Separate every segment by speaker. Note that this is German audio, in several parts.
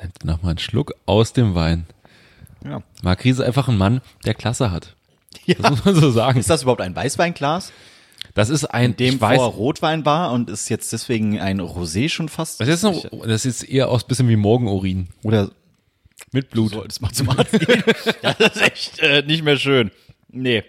Speaker 1: trinkt nochmal einen Schluck aus dem Wein.
Speaker 2: Ja.
Speaker 1: Marc Riese ist einfach ein Mann, der Klasse hat. Das muss man so sagen.
Speaker 2: Ist das überhaupt ein Weißweinglas,
Speaker 1: Das ist ein,
Speaker 2: in dem
Speaker 1: ich weiß,
Speaker 2: vorher Rotwein war und ist jetzt deswegen ein Rosé schon fast?
Speaker 1: das ist, noch, das ist eher aus bisschen wie Morgenurin.
Speaker 2: Oder
Speaker 1: Mit Blut.
Speaker 2: So, das macht zum Arzt gehen. Das ist echt äh, nicht mehr schön. Nee.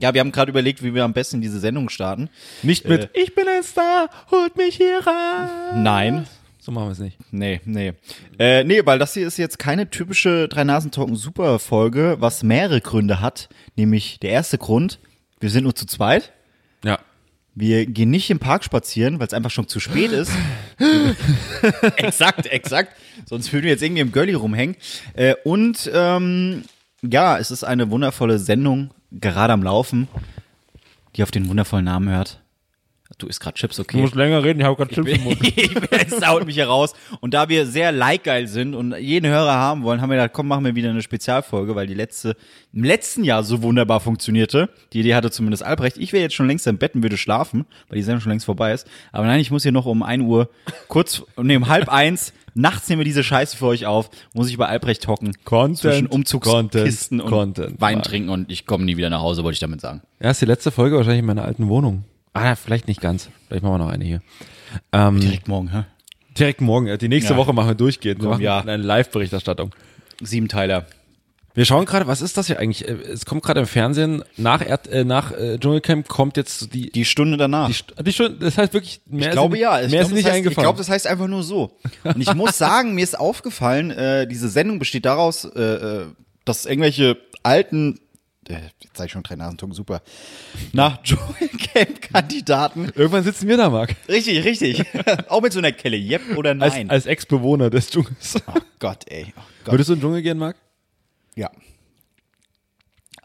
Speaker 2: Ja, wir haben gerade überlegt, wie wir am besten diese Sendung starten.
Speaker 1: Nicht mit Ich bin ein Star, holt mich hier rein.
Speaker 2: Nein.
Speaker 1: So machen wir es nicht.
Speaker 2: Nee, nee. Äh, nee, weil das hier ist jetzt keine typische drei nasen talken super folge was mehrere Gründe hat. Nämlich der erste Grund, wir sind nur zu zweit.
Speaker 1: Ja.
Speaker 2: Wir gehen nicht im Park spazieren, weil es einfach schon zu spät ist. exakt, exakt. Sonst würden wir jetzt irgendwie im Gölli rumhängen. Äh, und ähm, ja, es ist eine wundervolle Sendung, gerade am Laufen, die auf den wundervollen Namen hört. Du isst gerade Chips, okay.
Speaker 1: länger reden, ich habe gerade Chips
Speaker 2: ich bin- es haut mich heraus. Und da wir sehr like-geil sind und jeden Hörer haben wollen, haben wir gedacht, komm, machen wir wieder eine Spezialfolge, weil die letzte im letzten Jahr so wunderbar funktionierte. Die Idee hatte zumindest Albrecht. Ich wäre jetzt schon längst im Bett und würde schlafen, weil die Sendung schon längst vorbei ist. Aber nein, ich muss hier noch um 1 Uhr, kurz, nee, um halb eins, nachts nehmen wir diese Scheiße für euch auf, muss ich bei Albrecht hocken.
Speaker 1: Content,
Speaker 2: zwischen Umzugskisten
Speaker 1: Content,
Speaker 2: und
Speaker 1: Content.
Speaker 2: Wein trinken und ich komme nie wieder nach Hause, wollte ich damit sagen.
Speaker 1: Ja, ist die letzte Folge wahrscheinlich in meiner alten Wohnung. Ah, vielleicht nicht ganz. Vielleicht machen wir noch eine hier. Ähm,
Speaker 2: Direkt morgen, hä?
Speaker 1: direkt morgen. äh, Die nächste
Speaker 2: Ja.
Speaker 1: Woche machen wir durchgehend. Wir
Speaker 2: Komm,
Speaker 1: machen
Speaker 2: ja.
Speaker 1: eine Live-Berichterstattung.
Speaker 2: Siebenteiler.
Speaker 1: Wir schauen gerade, was ist das hier eigentlich? Äh, Es kommt gerade im Fernsehen, nach, Erd, äh, nach äh, Dschungelcamp kommt jetzt die...
Speaker 2: Die Stunde danach.
Speaker 1: die, St- die Stunde, das heißt wirklich, mehr
Speaker 2: Ich glaube
Speaker 1: ist,
Speaker 2: Also ja.
Speaker 1: mehr
Speaker 2: Ich
Speaker 1: ist
Speaker 2: glaube,
Speaker 1: mir nicht
Speaker 2: das heißt, ich
Speaker 1: eingefallen.
Speaker 2: glaube, das heißt einfach nur so. Und ich muss sagen, mir ist aufgefallen, äh, diese Sendung besteht daraus, äh, äh, dass irgendwelche alten, äh, jetzt sag ich schon drei Nasentunken, super, nach Joel Camp-Kandidaten.
Speaker 1: Irgendwann sitzen wir da, Marc.
Speaker 2: Richtig, richtig. Auch mit so einer Kelle, yep oder
Speaker 1: Als,
Speaker 2: nein.
Speaker 1: als Ex-Bewohner des Dschungels.
Speaker 2: Gott, ey. Oh Gott.
Speaker 1: Würdest du in den Dschungel gehen, Marc?
Speaker 2: ja.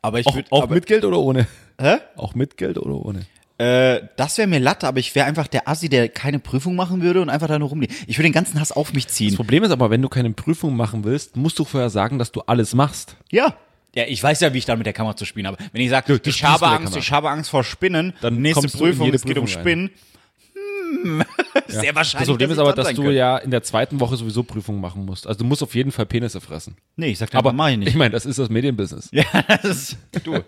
Speaker 2: Aber ich
Speaker 1: Auch,
Speaker 2: würde.
Speaker 1: auch mit Geld oder ohne?
Speaker 2: Hä?
Speaker 1: Auch mit Geld oder ohne?
Speaker 2: Äh, das wäre mir Latte, aber ich wäre einfach der Assi, der keine Prüfung machen würde und einfach da nur rumliegt. Ich würde den ganzen Hass auf mich ziehen.
Speaker 1: Das Problem ist aber, wenn du keine Prüfung machen willst, musst du vorher sagen, dass du alles machst.
Speaker 2: Ja. Ja, ich weiß ja, wie ich dann mit der Kamera zu spielen habe. Wenn ich sage,
Speaker 1: du
Speaker 2: ich
Speaker 1: spielst
Speaker 2: habe
Speaker 1: mit der
Speaker 2: Angst,
Speaker 1: Kamera.
Speaker 2: ich habe Angst vor Spinnen,
Speaker 1: Dann
Speaker 2: nächste
Speaker 1: kommst du in
Speaker 2: Prüfung,
Speaker 1: jede
Speaker 2: es geht um
Speaker 1: Prüfung
Speaker 2: Spinnen. Hm, sehr wahrscheinlich.
Speaker 1: Das Problem ist
Speaker 2: dass ich
Speaker 1: aber,
Speaker 2: dran
Speaker 1: dass
Speaker 2: sein
Speaker 1: du
Speaker 2: könnte.
Speaker 1: ja in der zweiten Woche sowieso Prüfungen machen musst. Also du musst auf jeden Fall Penisse fressen.
Speaker 2: Nee, ich sag dir,
Speaker 1: Aber
Speaker 2: aber mach ich nicht.
Speaker 1: Ich meine, das ist das Medienbusiness.
Speaker 2: Ja, das ist. Du.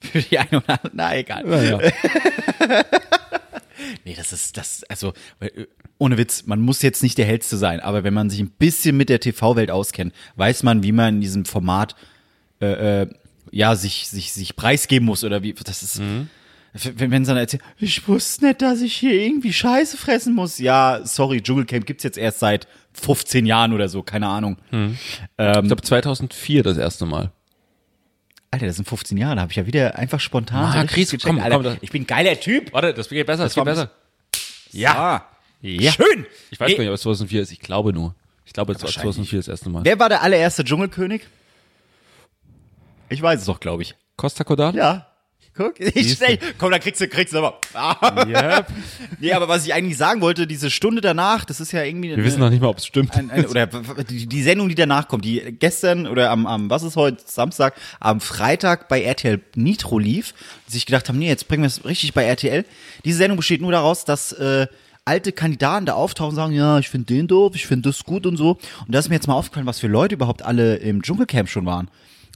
Speaker 2: Für die eine oder andere. Na, egal.
Speaker 1: Ja,
Speaker 2: Nee, das ist. das Also, weil, ohne Witz, man muss jetzt nicht der Hellste sein, aber wenn man sich ein bisschen mit der TV-Welt auskennt, weiß man, wie man in diesem Format. Äh, äh, ja, sich, sich, sich preisgeben muss oder wie. Das ist.
Speaker 1: Mhm.
Speaker 2: Wenn, wenn sie dann erzählen, ich wusste nicht, dass ich hier irgendwie Scheiße fressen muss. Ja, sorry, Dschungelcamp gibt's jetzt erst seit 15 Jahren oder so, keine Ahnung.
Speaker 1: Hm. Ich glaube 2004 das erste Mal.
Speaker 2: Alter, das sind 15 Jahre, da habe ich ja wieder einfach spontan.
Speaker 1: Ah,
Speaker 2: richtig
Speaker 1: Chris,
Speaker 2: gecheckt,
Speaker 1: komm,
Speaker 2: Alter,
Speaker 1: komm, da-
Speaker 2: ich bin ein geiler Typ.
Speaker 1: Warte, das geht besser, das,
Speaker 2: war
Speaker 1: geht besser.
Speaker 2: Ja.
Speaker 1: Ja.
Speaker 2: Schön.
Speaker 1: Ich weiß
Speaker 2: Nee.
Speaker 1: gar nicht, ob es 2004 ist. Ich glaube nur. Ich glaube, es war
Speaker 2: wahrscheinlich.
Speaker 1: 2004 das erste Mal.
Speaker 2: Wer war der allererste Dschungelkönig? Ich weiß es doch, glaube ich.
Speaker 1: Costa Cordal?
Speaker 2: Ja. Guck, ich schnell. Komm, da kriegst du, kriegst du aber. Ah.
Speaker 1: Yep.
Speaker 2: Nee, aber was ich eigentlich sagen wollte, diese Stunde danach, das ist ja irgendwie.
Speaker 1: Wir wissen noch nicht mal, ob es stimmt.
Speaker 2: Ein, ein, oder w- w- die die Sendung, die danach kommt, die gestern oder am, am was ist heute, Samstag, am Freitag bei RTL Nitro lief, die sich gedacht haben, nee, jetzt bringen wir es richtig bei RTL. Diese Sendung besteht nur daraus, dass äh, alte Kandidaten da auftauchen und sagen, ja, ich finde den doof, ich finde das gut und so. Und da ist mir jetzt mal aufgefallen, was für Leute überhaupt alle im Dschungelcamp schon waren.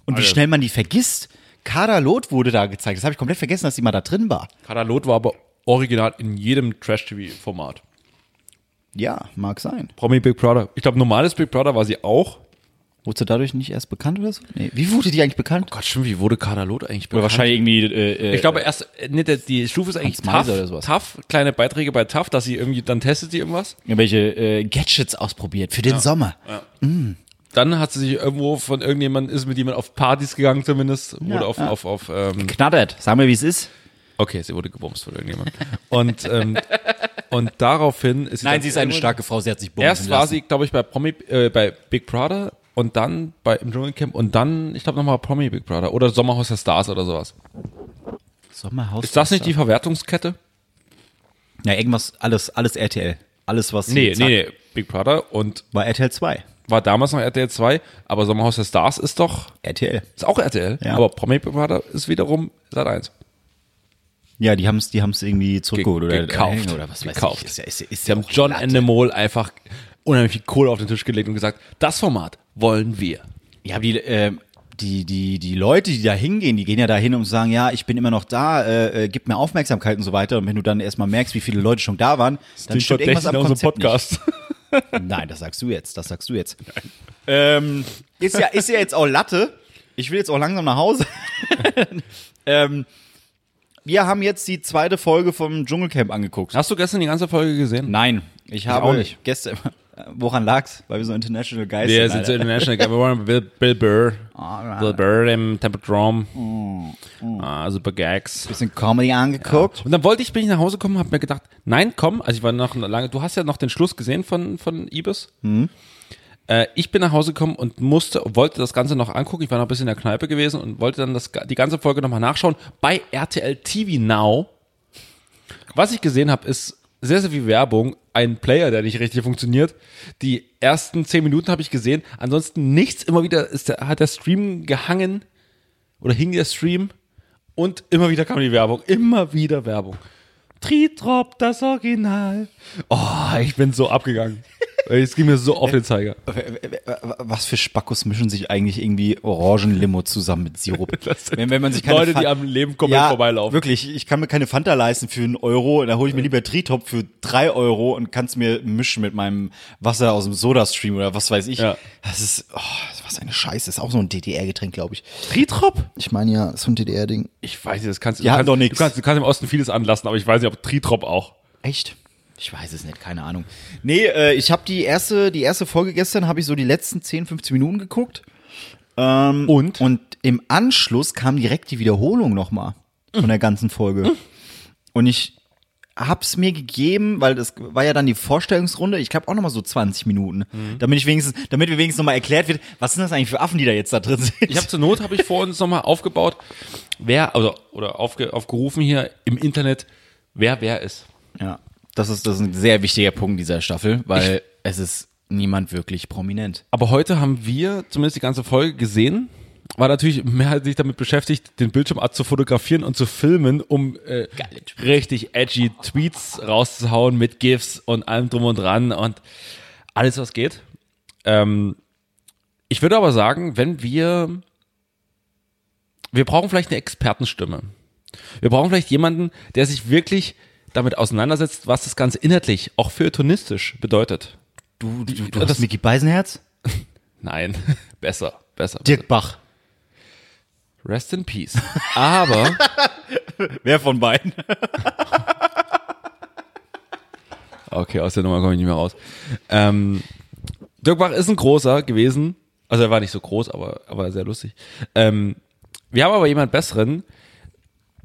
Speaker 2: Und wie schnell man die vergisst. Kader Loth wurde da gezeigt. Das habe ich komplett vergessen, dass die mal da drin war.
Speaker 1: Kadalot war aber original in jedem Trash-TV-Format.
Speaker 2: Ja, mag sein.
Speaker 1: Promi Big Brother. Ich glaube, normales Big Brother war sie auch.
Speaker 2: Wurde sie dadurch nicht erst bekannt oder so? Nee. Wie wurde die eigentlich bekannt?
Speaker 1: Gott, stimmt, wie wurde Kadalot eigentlich
Speaker 2: Oder
Speaker 1: bekannt?
Speaker 2: wahrscheinlich irgendwie äh, äh,
Speaker 1: Ich glaube erst, äh, nee, der- die Stufe ist eigentlich
Speaker 2: Hans Meiser
Speaker 1: tough,
Speaker 2: oder sowas.
Speaker 1: tough, kleine Beiträge bei tough, dass sie irgendwie, dann testet sie irgendwas.
Speaker 2: irgendwelche äh, Gadgets ausprobiert für den Sommer.
Speaker 1: Dann hat sie sich irgendwo von irgendjemandem, ist mit jemand auf Partys gegangen zumindest,
Speaker 2: Ja,
Speaker 1: wurde auf, auf, auf, ähm,
Speaker 2: Knattert, sagen wir, wie es ist.
Speaker 1: okay, sie wurde gebumst von irgendjemandem. Und, ähm, und daraufhin ist sie dann irgendwann-
Speaker 2: Frau, sie hat sich bomben
Speaker 1: Erst war sie, glaube ich, bei Promi, äh, bei Big Brother und dann bei im Dschungelcamp und dann, ich glaube, nochmal Promi Big Brother oder Sommerhaus der Stars oder sowas.
Speaker 2: Sommerhaus.
Speaker 1: Ist das nicht die Verwertungskette?
Speaker 2: Ja, irgendwas, alles, alles RTL. Alles, was.
Speaker 1: Nee,
Speaker 2: sie-
Speaker 1: nee, nee, Big Brother und
Speaker 2: War RTL 2.
Speaker 1: war damals noch RTL 2, aber Sommerhaus der Stars ist doch,
Speaker 2: RTL.
Speaker 1: ist auch RTL,
Speaker 2: Ja.
Speaker 1: aber Promi Big Brother ist wiederum Sat 1.
Speaker 2: Ja, die haben es die haben's irgendwie zurückgeholt oder
Speaker 1: gekauft.
Speaker 2: oder was weiß
Speaker 1: Gekauft.
Speaker 2: ich. Ist ja, ist, ja- ist
Speaker 1: Sie
Speaker 2: ja
Speaker 1: haben
Speaker 2: auch
Speaker 1: John
Speaker 2: Latte.
Speaker 1: Endemol einfach unheimlich viel Kohle auf den Tisch gelegt und gesagt, das Format wollen wir.
Speaker 2: Ja, aber die, äh, die, die, die Leute, die da hingehen, die gehen ja da hin und sagen, ja, ich bin immer noch da, äh, äh, gib mir Aufmerksamkeit und so weiter. Und wenn du dann erstmal merkst, wie viele Leute schon da waren, dann stimmt irgendwas am Konzept nicht. Nein, das sagst du jetzt, das sagst du jetzt. Ähm, ist, ja, ist ja jetzt auch Latte. Ich will jetzt auch langsam nach Hause. ähm, wir haben jetzt die zweite Folge vom Dschungelcamp angeguckt.
Speaker 1: Hast du gestern die ganze Folge gesehen?
Speaker 2: Nein, ich habe
Speaker 1: auch nicht.
Speaker 2: gestern... Woran lag's? Weil wir so international Guys
Speaker 1: Wir
Speaker 2: sind.
Speaker 1: sind so
Speaker 2: Alter.
Speaker 1: international. Wir wollen Bill, Bill Burr.
Speaker 2: Alright.
Speaker 1: Bill Burr im Tempodrom. Ah, super Gags.
Speaker 2: Bisschen Comedy angeguckt.
Speaker 1: Und dann wollte ich, bin ich nach Hause gekommen, habe mir gedacht, nein, komm, also ich war noch lange, du hast ja noch den Schluss gesehen von, von Ibis. Äh, ich bin nach Hause gekommen und musste, wollte das Ganze noch angucken, ich war noch ein bisschen in der Kneipe gewesen und wollte dann das, die ganze Folge nochmal nachschauen bei RTL TV Now. Was ich gesehen habe, ist sehr, sehr viel Werbung, ein Player, der nicht richtig funktioniert. Die ersten zehn Minuten habe ich gesehen, ansonsten nichts, immer wieder ist der, hat der Stream gehangen oder hing der Stream und immer wieder kam die Werbung, immer wieder Werbung. Tritrop, das Original. Oh, ich bin so abgegangen. Es ging mir so auf den Zeiger.
Speaker 2: Was für Spackos mischen sich eigentlich irgendwie Orangenlimo zusammen mit Sirup?
Speaker 1: Das
Speaker 2: wenn, wenn man sich keine
Speaker 1: Leute,
Speaker 2: Fan-
Speaker 1: die am Leben komplett
Speaker 2: ja,
Speaker 1: vorbeilaufen.
Speaker 2: Wirklich, ich kann mir keine Fanta leisten für einen Euro, da hole ich mir lieber Tritop für drei Euro und kann es mir mischen mit meinem Wasser aus dem Sodastream oder was weiß ich.
Speaker 1: Ja.
Speaker 2: Das ist, oh, was eine Scheiße, das ist auch so ein DDR-Getränk, glaube ich.
Speaker 1: Tritrop?
Speaker 2: Ich meine ja, so ein DDR-Ding.
Speaker 1: Ich weiß nicht, das kannst
Speaker 2: Die hatten
Speaker 1: kannst,
Speaker 2: doch nix.
Speaker 1: Du kannst, du kannst im Osten vieles anlassen, aber ich weiß nicht, ob Tritrop auch.
Speaker 2: Echt? Ich weiß es nicht, keine Ahnung. Nee, äh, ich habe die erste, die erste Folge gestern, habe ich so die letzten 10, 15 Minuten geguckt. Ähm,
Speaker 1: Und?
Speaker 2: Und im Anschluss kam direkt die Wiederholung nochmal von der ganzen Folge. Und ich hab's mir gegeben, weil das war ja dann die Vorstellungsrunde, ich glaube auch nochmal so 20 Minuten.
Speaker 1: Mhm.
Speaker 2: Damit ich wenigstens, damit mir wenigstens nochmal erklärt wird, was sind das eigentlich für Affen, die da jetzt da drin sind?
Speaker 1: Ich habe zur Not habe ich vor uns nochmal aufgebaut, wer also oder aufge, aufgerufen hier im Internet, wer wer ist.
Speaker 2: ja, das ist, das ist ein sehr wichtiger Punkt dieser Staffel, weil es ist niemand wirklich prominent.
Speaker 1: Aber heute haben wir zumindest die ganze Folge gesehen. War natürlich mehrheitlich damit beschäftigt, den Bildschirm zu fotografieren und zu filmen, um äh, richtig edgy Tweets rauszuhauen mit GIFs und allem drum und dran und alles, was geht. Ähm, ich würde aber sagen, wenn wir, wir brauchen vielleicht eine Expertenstimme. Wir brauchen vielleicht jemanden, der sich wirklich damit auseinandersetzt, was das Ganze inhaltlich auch feuilletonistisch bedeutet.
Speaker 2: Du, du, du
Speaker 1: Das-
Speaker 2: hast Mickey Beisenherz?
Speaker 1: Nein, besser, besser.
Speaker 2: Dirk Bach.
Speaker 1: Rest in peace. Aber
Speaker 2: Wer von beiden?
Speaker 1: Okay, aus der Nummer komme ich nicht mehr raus. Ähm, Dirk Bach ist ein großer gewesen. Also er war nicht so groß, aber, aber sehr lustig. Ähm, wir haben aber jemand besseren.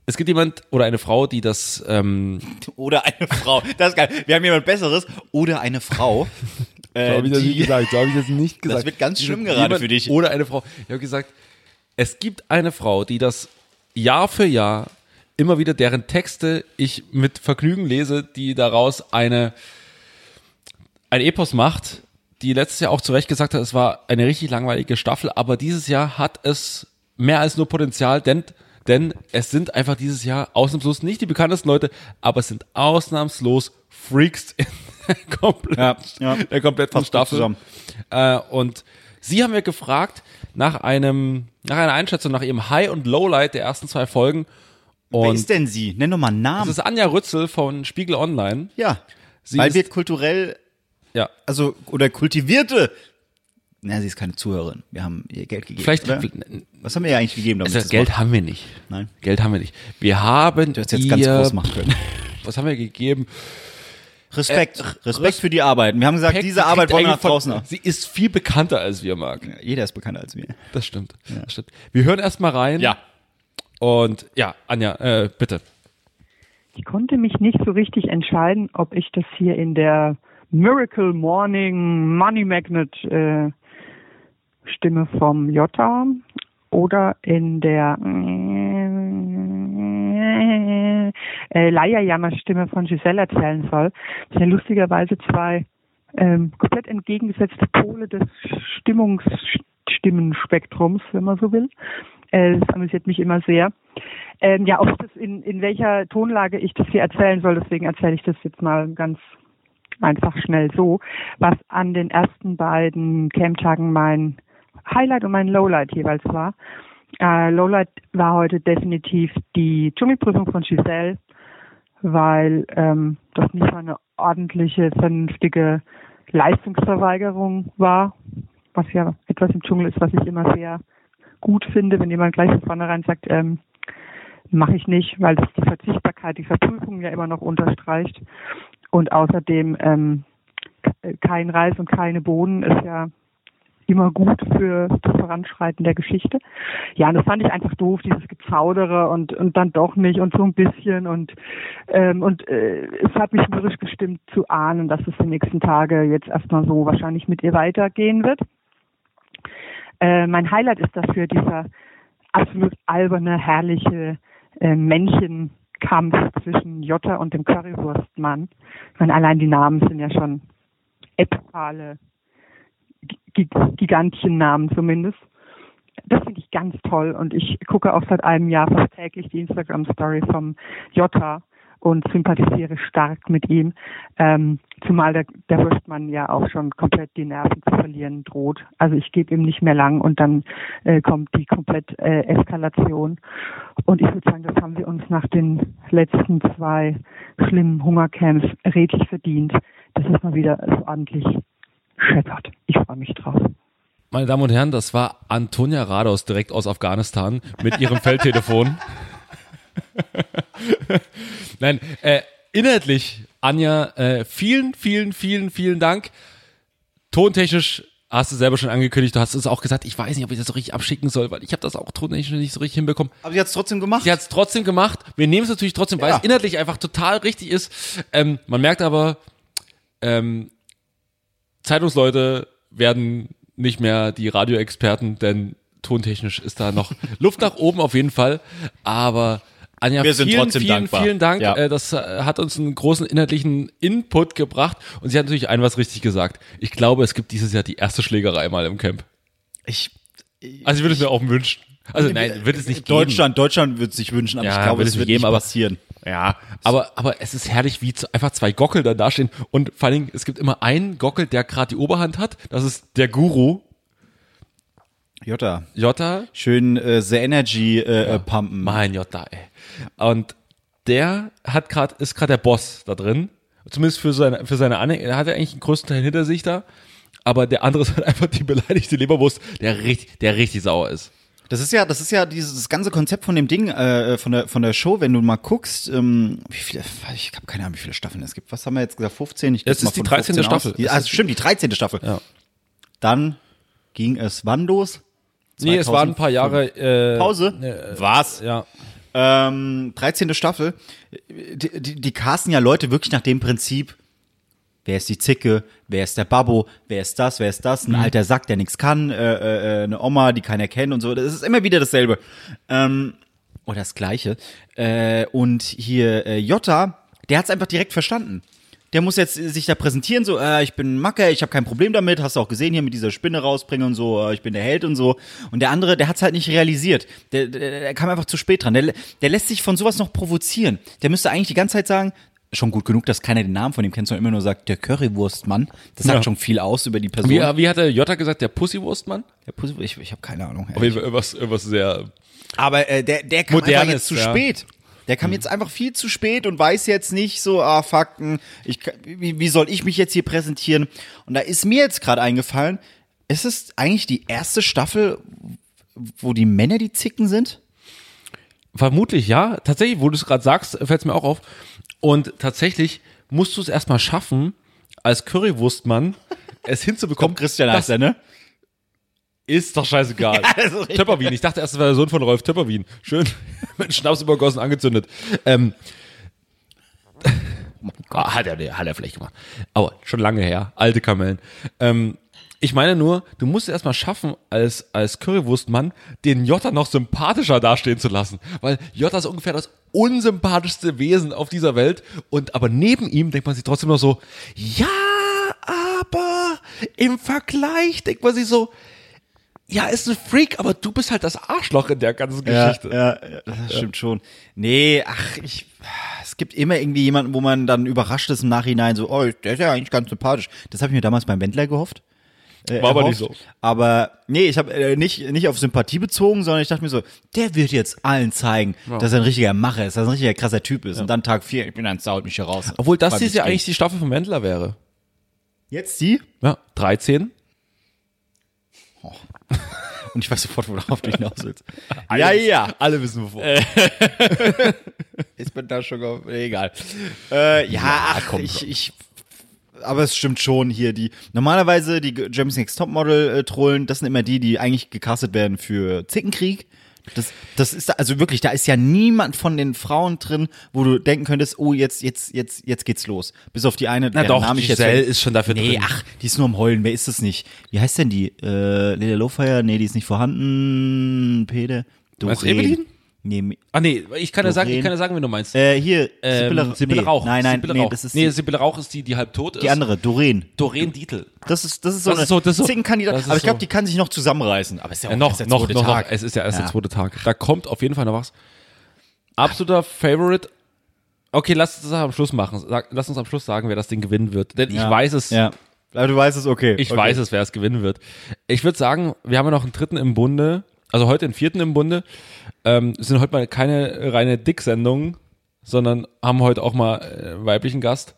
Speaker 1: Es gibt jemand oder eine Frau, die das, ähm,
Speaker 2: Oder eine Frau. Das ist geil. Wir haben jemand Besseres. Oder eine Frau. äh, die,
Speaker 1: gesagt, so habe ich das nicht gesagt.
Speaker 2: wird ganz
Speaker 1: Diese-
Speaker 2: schlimm gerade
Speaker 1: jemand
Speaker 2: für dich.
Speaker 1: Oder eine Frau. Ich habe gesagt, es gibt eine Frau, die das Jahr für Jahr immer wieder deren Texte ich mit Vergnügen lese, die daraus eine ein Epos macht, die letztes Jahr auch zu Recht gesagt hat, es war eine richtig langweilige Staffel, aber dieses Jahr hat es mehr als nur Potenzial, denn, denn es sind einfach dieses Jahr ausnahmslos nicht die bekanntesten Leute, aber es sind ausnahmslos Freaks in der, komplett,
Speaker 2: Ja, ja.
Speaker 1: der kompletten
Speaker 2: Passt gut
Speaker 1: Staffel.
Speaker 2: zusammen.
Speaker 1: Äh, und sie haben wir gefragt nach einem, nach einer Einschätzung, nach ihrem High- und Lowlight der ersten zwei Folgen.
Speaker 2: wer
Speaker 1: Und
Speaker 2: ist denn sie? Nenn doch mal einen
Speaker 1: das
Speaker 2: Namen.
Speaker 1: ist Anja Rützel von Spiegel Online.
Speaker 2: ja.
Speaker 1: Sie
Speaker 2: Weil
Speaker 1: ist-
Speaker 2: wir kulturell,
Speaker 1: Ja,
Speaker 2: also, oder kultivierte. Na, sie ist keine Zuhörerin. Wir haben ihr Geld gegeben.
Speaker 1: vielleicht,
Speaker 2: Oder? Was haben wir ihr eigentlich gegeben? Damit
Speaker 1: Also
Speaker 2: das
Speaker 1: Geld
Speaker 2: macht?
Speaker 1: haben wir nicht.
Speaker 2: Nein.
Speaker 1: Geld haben wir nicht. Wir haben
Speaker 2: Du hättest jetzt ganz groß machen können.
Speaker 1: Was haben wir gegeben? Äh,
Speaker 2: Respekt. Respekt für die Arbeit. Wir haben gesagt,
Speaker 1: Peck, sie
Speaker 2: diese Arbeit
Speaker 1: kriegt
Speaker 2: wollen wir nach
Speaker 1: eigentlich von-
Speaker 2: draußen.
Speaker 1: Sie ist viel bekannter als wir, Marc.
Speaker 2: Ja, Jeder ist bekannter als wir.
Speaker 1: Das stimmt. Das stimmt. Wir hören erstmal rein. Und ja, Anja, äh, bitte.
Speaker 3: Ich konnte mich nicht so richtig entscheiden, ob ich das hier in der Miracle Morning Money Magnet äh, Stimme vom Jota oder in der äh, Leierjammer Stimme von Giselle erzählen soll. Das sind ja lustigerweise zwei ähm, komplett entgegengesetzte Pole des Stimmungsstimmenspektrums, wenn man so will. Äh, das amüsiert mich immer sehr. Ähm, ja, ob ich das in, in welcher Tonlage ich das hier erzählen soll, deswegen erzähle ich das jetzt mal ganz einfach schnell so, was an den ersten beiden Camptagen mein Highlight und mein Lowlight jeweils war. Äh, Lowlight war heute definitiv die Dschungelprüfung von Giselle, weil ähm, das nicht mal eine ordentliche, vernünftige Leistungsverweigerung war, was ja etwas im Dschungel ist, was ich immer sehr gut finde, wenn jemand gleich von vornherein sagt, ähm, mache ich nicht, weil das die Verzichtbarkeit, die Verprüfung ja immer noch unterstreicht. Und außerdem ähm, kein Reis und keine Bohnen ist ja immer gut für das Voranschreiten der Geschichte. Ja, und das fand ich einfach doof, dieses Gezaudere und, und dann doch nicht und so ein bisschen und, ähm, und äh, es hat mich mürrisch gestimmt zu ahnen, dass es die nächsten Tage jetzt erstmal so wahrscheinlich mit ihr weitergehen wird. Äh, mein Highlight ist dafür dieser absolut alberne, herrliche äh, Männchenkampf zwischen Jotta und dem Currywurstmann. Ich meine, allein die Namen sind ja schon epale Gig Gigantchennamen zumindest. Das finde ich ganz toll und ich gucke auch seit einem Jahr fast täglich die Instagram-Story vom Jotta und sympathisiere stark mit ihm, ähm, zumal der, der Wurstmann ja auch schon komplett die Nerven zu verlieren droht. Also ich gebe ihm nicht mehr lang und dann äh, kommt die komplett äh, Eskalation. Und ich würde sagen, das haben wir uns nach den letzten zwei schlimmen Hungercamps redlich verdient, dass es mal wieder so ordentlich scheppert. Ich freue mich drauf.
Speaker 1: Meine Damen und Herren, das war Antonia Rados direkt aus Afghanistan mit ihrem Feldtelefon. Nein, äh, inhaltlich, Anja, äh, vielen, vielen, vielen, vielen Dank. Tontechnisch hast du selber schon angekündigt, du hast es auch gesagt, ich weiß nicht, ob ich das so richtig abschicken soll, weil ich habe das auch tontechnisch nicht so richtig hinbekommen.
Speaker 2: Aber sie hat es trotzdem gemacht.
Speaker 1: Sie hat es trotzdem gemacht. Wir nehmen es natürlich trotzdem, weil
Speaker 2: Ja.
Speaker 1: es inhaltlich einfach total richtig ist. Ähm, man merkt aber, ähm, Zeitungsleute werden nicht mehr die Radioexperten, denn tontechnisch ist da noch Luft nach oben auf jeden Fall. Aber Anja,
Speaker 2: Wir sind
Speaker 1: vielen,
Speaker 2: trotzdem
Speaker 1: vielen,
Speaker 2: dankbar.
Speaker 1: vielen Dank.
Speaker 2: Ja.
Speaker 1: Äh, das äh, hat uns einen großen inhaltlichen Input gebracht. Und sie hat natürlich ein was richtig gesagt. Ich glaube, es gibt dieses Jahr die erste Schlägerei mal im Camp.
Speaker 2: ich,
Speaker 1: Also ich würde es mir auch wünschen.
Speaker 2: Äh,
Speaker 1: Also nein, wird es nicht geben.
Speaker 2: Deutschland, Deutschland wird sich wünschen, aber
Speaker 1: Ja,
Speaker 2: ich glaube,
Speaker 1: wird
Speaker 2: es
Speaker 1: es
Speaker 2: wird
Speaker 1: geben,
Speaker 2: nicht
Speaker 1: aber-
Speaker 2: passieren.
Speaker 1: Ja, aber, aber es ist herrlich, wie zu, einfach zwei Gockel da dastehen. Und vor allen Dingen, es gibt immer einen Gockel, der gerade die Oberhand hat. Das ist der Guru,
Speaker 2: Jota,
Speaker 1: Jotta.
Speaker 2: schön äh, The Energy äh, äh, pumpen.
Speaker 1: Mein Jotta, ey. Und der hat gerade, ist gerade der Boss da drin. Zumindest für seine, für seine Anhänger. Er hat ja eigentlich den größten Teil hinter sich da. Aber der andere ist halt einfach die beleidigte Leberwurst, der richtig, der richtig sauer ist.
Speaker 2: Das ist ja, das ist ja dieses das ganze Konzept von dem Ding, äh, von der von der Show, wenn du mal guckst, ähm, wie viele, ich habe keine Ahnung, wie viele Staffeln es gibt. Was haben wir jetzt gesagt? 15? Ich gehe
Speaker 1: Es
Speaker 2: jetzt mal
Speaker 1: ist die
Speaker 2: von
Speaker 1: 13.
Speaker 2: 15 aus.
Speaker 1: Staffel.
Speaker 2: Die,
Speaker 1: Es
Speaker 2: ah,
Speaker 1: ist-
Speaker 2: stimmt, die 13. Staffel.
Speaker 1: Ja.
Speaker 2: Dann ging es wann los?
Speaker 1: Nee, es waren ein paar Jahre. Äh,
Speaker 2: Pause? Was?
Speaker 1: Ja.
Speaker 2: Ähm, 13. Staffel. Die, die, die casten ja Leute wirklich nach dem Prinzip, wer ist die Zicke, wer ist der Babbo, wer ist das, wer ist das, ein alter Sack, der nichts kann, äh, äh, äh, eine Oma, die keiner kennt und so. Das ist immer wieder dasselbe. Ähm, oder das Gleiche. Äh, und hier äh, Jota, der hat es einfach direkt verstanden. Der muss jetzt äh, sich da präsentieren, so, äh, ich bin Macker, ich habe kein Problem damit, hast du auch gesehen hier mit dieser Spinne rausbringen und so, äh, ich bin der Held und so. Und der andere, der hat es halt nicht realisiert. Der, der, der kam einfach zu spät dran. Der, der lässt sich von sowas noch provozieren. Der müsste eigentlich die ganze Zeit sagen, schon gut genug, dass keiner den Namen von ihm kennt, sondern immer nur sagt, der Currywurstmann. Das sagt
Speaker 1: Ja.
Speaker 2: schon viel aus über die Person.
Speaker 1: Wie, wie hat der Jotta gesagt, der Pussywurstmann?
Speaker 2: Der Pussy- ich ich habe keine Ahnung.
Speaker 1: Auf jeden Fall Irgendwas, irgendwas sehr
Speaker 2: Aber äh, der, der kam
Speaker 1: Modernes,
Speaker 2: einfach jetzt zu
Speaker 1: ja. Mhm.
Speaker 2: spät. Der kam jetzt einfach viel zu spät und weiß jetzt nicht so, ah, Fakten, ich, ka- wie, wie soll ich mich jetzt hier präsentieren? Und da ist mir jetzt gerade eingefallen, ist es eigentlich die erste Staffel, wo die Männer die Zicken sind?
Speaker 1: Vermutlich ja. Tatsächlich, wo du es gerade sagst, fällt es mir auch auf. Und tatsächlich musst du es erstmal schaffen, als Currywurstmann es hinzubekommen. das
Speaker 2: er, ne?
Speaker 1: ist doch scheißegal.
Speaker 2: das ist richtig.
Speaker 1: Töpperwien. Ich dachte erst, es wäre der Sohn von Rolf Töpperwien. Schön mit Schnaps übergossen angezündet. Ähm, Ah, hat, er, hat er vielleicht gemacht. Aber schon lange her. Alte Kamellen. Ähm, ich meine nur, du musst es erstmal schaffen, als, als Currywurstmann den Jotta noch sympathischer dastehen zu lassen. Weil Jotta ist ungefähr das unsympathischste Wesen auf dieser Welt. Und aber neben ihm denkt man sich trotzdem noch so, ja, aber im Vergleich denkt man sich so, ja, ist ein Freak, aber du bist halt das Arschloch in der ganzen Geschichte.
Speaker 2: Ja, ja, ja, das stimmt schon. Nee, ach, ich, es gibt immer irgendwie jemanden, wo man dann überrascht ist im Nachhinein, so, oh, der ist ja eigentlich ganz sympathisch. Das habe ich mir damals beim Wendler gehofft. äh,
Speaker 1: War aber
Speaker 2: erhofft.
Speaker 1: nicht so.
Speaker 2: Aber nee, ich habe äh, nicht, nicht auf Sympathie bezogen, sondern ich dachte mir so, der wird jetzt allen zeigen, dass er ein richtiger Macher ist, dass er ein richtiger krasser Typ ist. Und dann Tag vier, ich bin ein Sau, haut mich hier raus.
Speaker 1: Obwohl das
Speaker 2: Beim
Speaker 1: hier ja
Speaker 2: Gespräch.
Speaker 1: eigentlich die Staffel von Wendler wäre.
Speaker 2: Jetzt die?
Speaker 1: Ja, 13.
Speaker 2: Und ich weiß sofort, worauf du hinaus willst. ja, ja.
Speaker 1: Alle wissen wovon.
Speaker 2: Äh, Ist man da schon auf, egal. Äh, ja, ach,
Speaker 1: komm,
Speaker 2: ich,
Speaker 1: komm.
Speaker 2: ich, aber es stimmt schon hier, die, normalerweise die James Next Topmodel äh, Trollen, das sind immer die, die eigentlich gecastet werden für Zickenkrieg. Das, das ist, da- also wirklich, da ist ja niemand von den Frauen drin, wo du denken könntest, oh, jetzt, jetzt, jetzt, jetzt geht's los. Bis auf die eine,
Speaker 1: Na
Speaker 2: deren
Speaker 1: doch,
Speaker 2: Namen ich jetzt-
Speaker 1: Giselle ist schon dafür
Speaker 2: nee,
Speaker 1: drin.
Speaker 2: ach, die ist nur am Heulen, wer ist das nicht? Wie heißt denn die? Äh, Leda Lowfire? Nee, die ist nicht vorhanden. Pede.
Speaker 1: Meinst du
Speaker 2: Doreen.
Speaker 1: Evelyn?
Speaker 2: Nee,
Speaker 1: Ah, nee, ich kann ja sagen, ich
Speaker 2: Doreen.
Speaker 1: kann ja sagen, wenn du meinst.
Speaker 2: äh, hier,
Speaker 1: Ähm,
Speaker 2: Sibylle, nee,
Speaker 1: Rauch.
Speaker 2: Nein, nein,
Speaker 1: Sibylle
Speaker 2: nee,
Speaker 1: Rauch.
Speaker 2: das ist
Speaker 1: nee,
Speaker 2: die,
Speaker 1: Sibylle Rauch ist die, die halb tot ist.
Speaker 2: die andere, Doreen.
Speaker 1: Doreen Dietl.
Speaker 2: Das ist, das ist so
Speaker 1: Das
Speaker 2: eine
Speaker 1: ist so, das ist so.
Speaker 2: Zickenkandidat.
Speaker 1: Das ist
Speaker 2: Aber ich glaube,
Speaker 1: so.
Speaker 2: die kann sich noch zusammenreißen. Aber es ist ja auch
Speaker 1: Ja, noch,
Speaker 2: erst der
Speaker 1: noch,
Speaker 2: zweite
Speaker 1: noch, noch.
Speaker 2: Tag.
Speaker 1: Es ist ja erst
Speaker 2: Ja.
Speaker 1: der zweite Tag. Da kommt auf jeden Fall noch was. Absoluter Favorite. Okay, lass uns das am Schluss machen. Sag, lass uns am Schluss sagen, wer das Ding gewinnen wird. Denn
Speaker 2: Ja.
Speaker 1: ich weiß es.
Speaker 2: Ja. Aber du weißt es, okay.
Speaker 1: Ich
Speaker 2: okay.
Speaker 1: weiß es, wer es gewinnen wird. Ich würde sagen, wir haben ja noch einen dritten im Bunde. Also heute einen vierten im Bunde. Ähm, es sind heute mal keine reine Dick-Sendung, sondern haben heute auch mal äh, weiblichen Gast.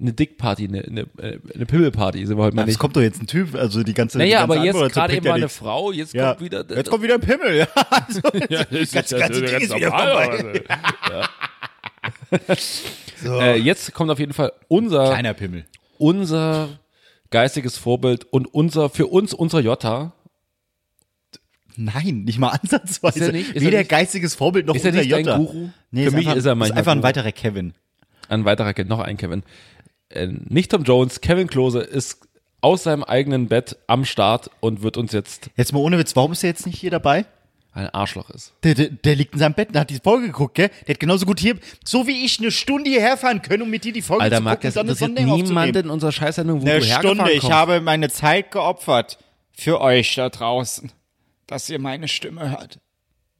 Speaker 1: Eine Dick-Party, eine, eine, äh, eine Pimmel-Party sind wir heute mal
Speaker 2: Aber es
Speaker 1: nicht.
Speaker 2: kommt doch jetzt ein Typ, also die ganze die
Speaker 1: Naja,
Speaker 2: ganze
Speaker 1: aber jetzt
Speaker 2: Antwort dazu
Speaker 1: gerade
Speaker 2: bringt
Speaker 1: eben
Speaker 2: ja
Speaker 1: war eine
Speaker 2: nichts.
Speaker 1: Frau, jetzt
Speaker 2: ja.
Speaker 1: kommt wieder.
Speaker 2: Jetzt kommt wieder ein Pimmel, ja. Also,
Speaker 1: Ja, das
Speaker 2: ganze-
Speaker 1: ja
Speaker 2: ganze
Speaker 1: so
Speaker 2: Ding ist wieder
Speaker 1: normal, also.
Speaker 2: vorbei.
Speaker 1: Leute. Äh, jetzt kommt auf jeden Fall unser,
Speaker 2: Kleiner Pimmel.
Speaker 1: unser geistiges Vorbild und unser, für uns unser Jota.
Speaker 2: Nein, nicht mal ansatzweise.
Speaker 1: Ist er nicht? Ist er
Speaker 2: Weder
Speaker 1: nicht?
Speaker 2: geistiges Vorbild noch
Speaker 1: Ist er
Speaker 2: unser
Speaker 1: nicht dein
Speaker 2: Jota.
Speaker 1: Guru?
Speaker 2: Nee,
Speaker 1: Für mich
Speaker 2: einfach,
Speaker 1: ist er mein
Speaker 2: ist einfach ein
Speaker 1: Guru.
Speaker 2: weiterer Kevin.
Speaker 1: Ein weiterer kennt noch einen Kevin. Äh, nicht Tom Jones, Kevin Klose ist aus seinem eigenen Bett am Start und wird uns jetzt
Speaker 2: Jetzt mal ohne Witz, warum ist er jetzt nicht hier dabei?
Speaker 1: ein Arschloch ist.
Speaker 2: Der, der, der liegt in seinem Bett und hat die Folge geguckt, gell? Der hat genauso gut hier, so wie ich eine Stunde hierher fahren können, um mit dir die Folge zu gucken, und dann eine Sendung aufzunehmen.
Speaker 1: in unserer Scheißsendung, wo
Speaker 2: Eine Stunde, ich habe meine Zeit geopfert für euch da draußen, dass ihr meine Stimme hört.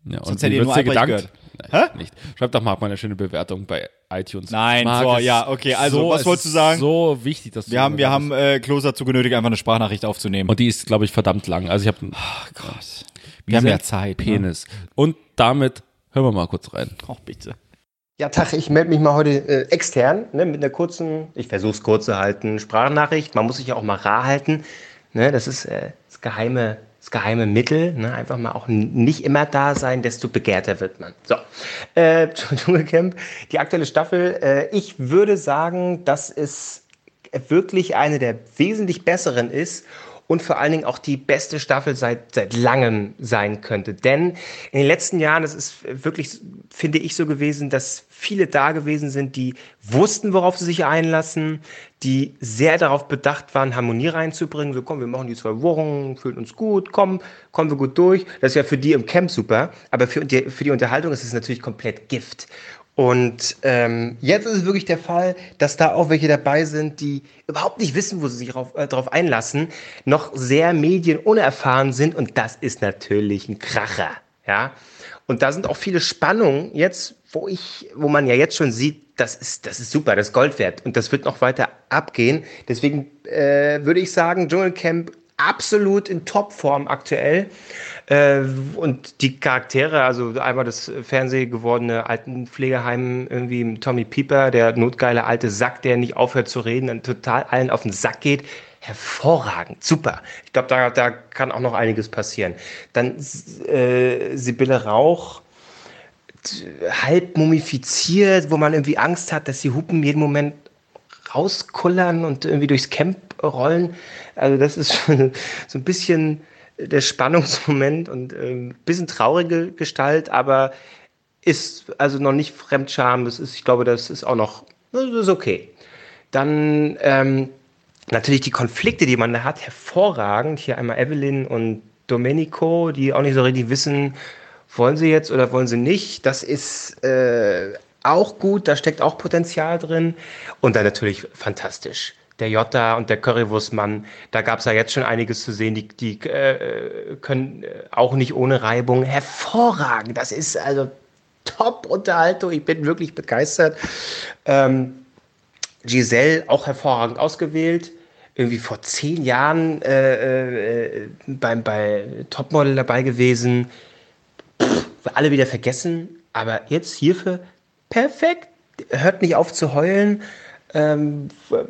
Speaker 1: Ja, und
Speaker 2: Sonst
Speaker 1: wie
Speaker 2: hätte ihr
Speaker 1: wird's
Speaker 2: nur
Speaker 1: dir
Speaker 2: Albrecht
Speaker 1: gedankt? Nein, nicht. Schreib doch mal mal eine schöne Bewertung bei iTunes.
Speaker 2: Nein,
Speaker 1: Marc,
Speaker 2: so,
Speaker 1: es
Speaker 2: ja,
Speaker 1: ist
Speaker 2: okay, also, was
Speaker 1: es
Speaker 2: wolltest du
Speaker 1: ist
Speaker 2: sagen?
Speaker 1: So wichtig, dass du
Speaker 2: Wir haben, wir
Speaker 1: bewertest.
Speaker 2: haben äh, Klose dazu genötigt, einfach eine Sprachnachricht aufzunehmen.
Speaker 1: Und die ist, glaube ich, verdammt lang. Also ich habe einen
Speaker 2: Gott.
Speaker 1: Wie
Speaker 2: Wir haben
Speaker 1: sehr-
Speaker 2: ja Zeit. Ne?
Speaker 1: Penis. Und damit hören wir mal kurz rein.
Speaker 2: Ach, bitte.
Speaker 4: Ja, Tag, ich melde mich mal heute äh, extern, ne, mit einer kurzen, ich versuche es kurz zu halten, Sprachnachricht. Man muss sich ja auch mal rar halten. Ne, das ist äh, das, geheime, das geheime Mittel. Ne, einfach mal auch n- nicht immer da sein, desto begehrter wird man. So, äh, Dschungelcamp, die aktuelle Staffel. Äh, ich würde sagen, dass es wirklich eine der wesentlich besseren ist und vor allen Dingen auch die beste Staffel seit, seit langem sein könnte. Denn in den letzten Jahren, das ist wirklich, finde ich, so gewesen, dass viele da gewesen sind, die wussten, worauf sie sich einlassen, die sehr darauf bedacht waren, Harmonie reinzubringen. So, komm, wir machen die zwei Wochen, fühlen uns gut, komm, kommen wir gut durch. Das ist ja für die im Camp super, aber für die, für die Unterhaltung ist es natürlich komplett Gift. Und ähm, jetzt ist es wirklich der Fall, dass da auch welche dabei sind, die überhaupt nicht wissen, wo sie sich darauf äh, drauf einlassen, noch sehr medienunerfahren sind. Und das ist natürlich ein Kracher. Ja? Und da sind auch viele Spannungen jetzt, wo ich, wo man ja jetzt schon sieht, das ist, das ist super, das ist Gold wert. Und das wird noch weiter abgehen. Deswegen äh, würde ich sagen, Dschungelcamp absolut in Topform aktuell. Äh, und die Charaktere, also einmal das Fernseh gewordene Altenpflegeheim, irgendwie Tommy Pieper, der notgeile alte Sack, der nicht aufhört zu reden und total allen auf den Sack geht. Hervorragend, super. Ich glaube, da, da kann auch noch einiges passieren. Dann äh, Sibylle Rauch, halb mumifiziert, wo man irgendwie Angst hat, dass die Hupen jeden Moment rauskullern und irgendwie durchs Camp rollen. Also das ist schon so ein bisschen der Spannungsmoment und ähm, ein bisschen traurige Gestalt, aber ist also noch nicht Fremdscham. Das ist, ich glaube, das ist auch noch, das ist okay. Dann ähm, natürlich die Konflikte, die man da hat, hervorragend. Hier einmal Evelyn und Domenico, die auch nicht so richtig wissen, wollen sie jetzt oder wollen sie nicht. Das ist äh, auch gut, da steckt auch Potenzial drin. Und dann natürlich fantastisch. der Jotta und der Currywurstmann, da gab es ja jetzt schon einiges zu sehen. Die, die äh, können auch nicht ohne Reibung. Hervorragend, das ist also Top-Unterhaltung. Ich bin wirklich begeistert. Ähm, Giselle auch hervorragend ausgewählt. Irgendwie vor zehn Jahren äh, äh, beim, bei Topmodel dabei gewesen. Pff, alle wieder vergessen, aber jetzt hierfür perfekt. Hört nicht auf zu heulen. Ähm,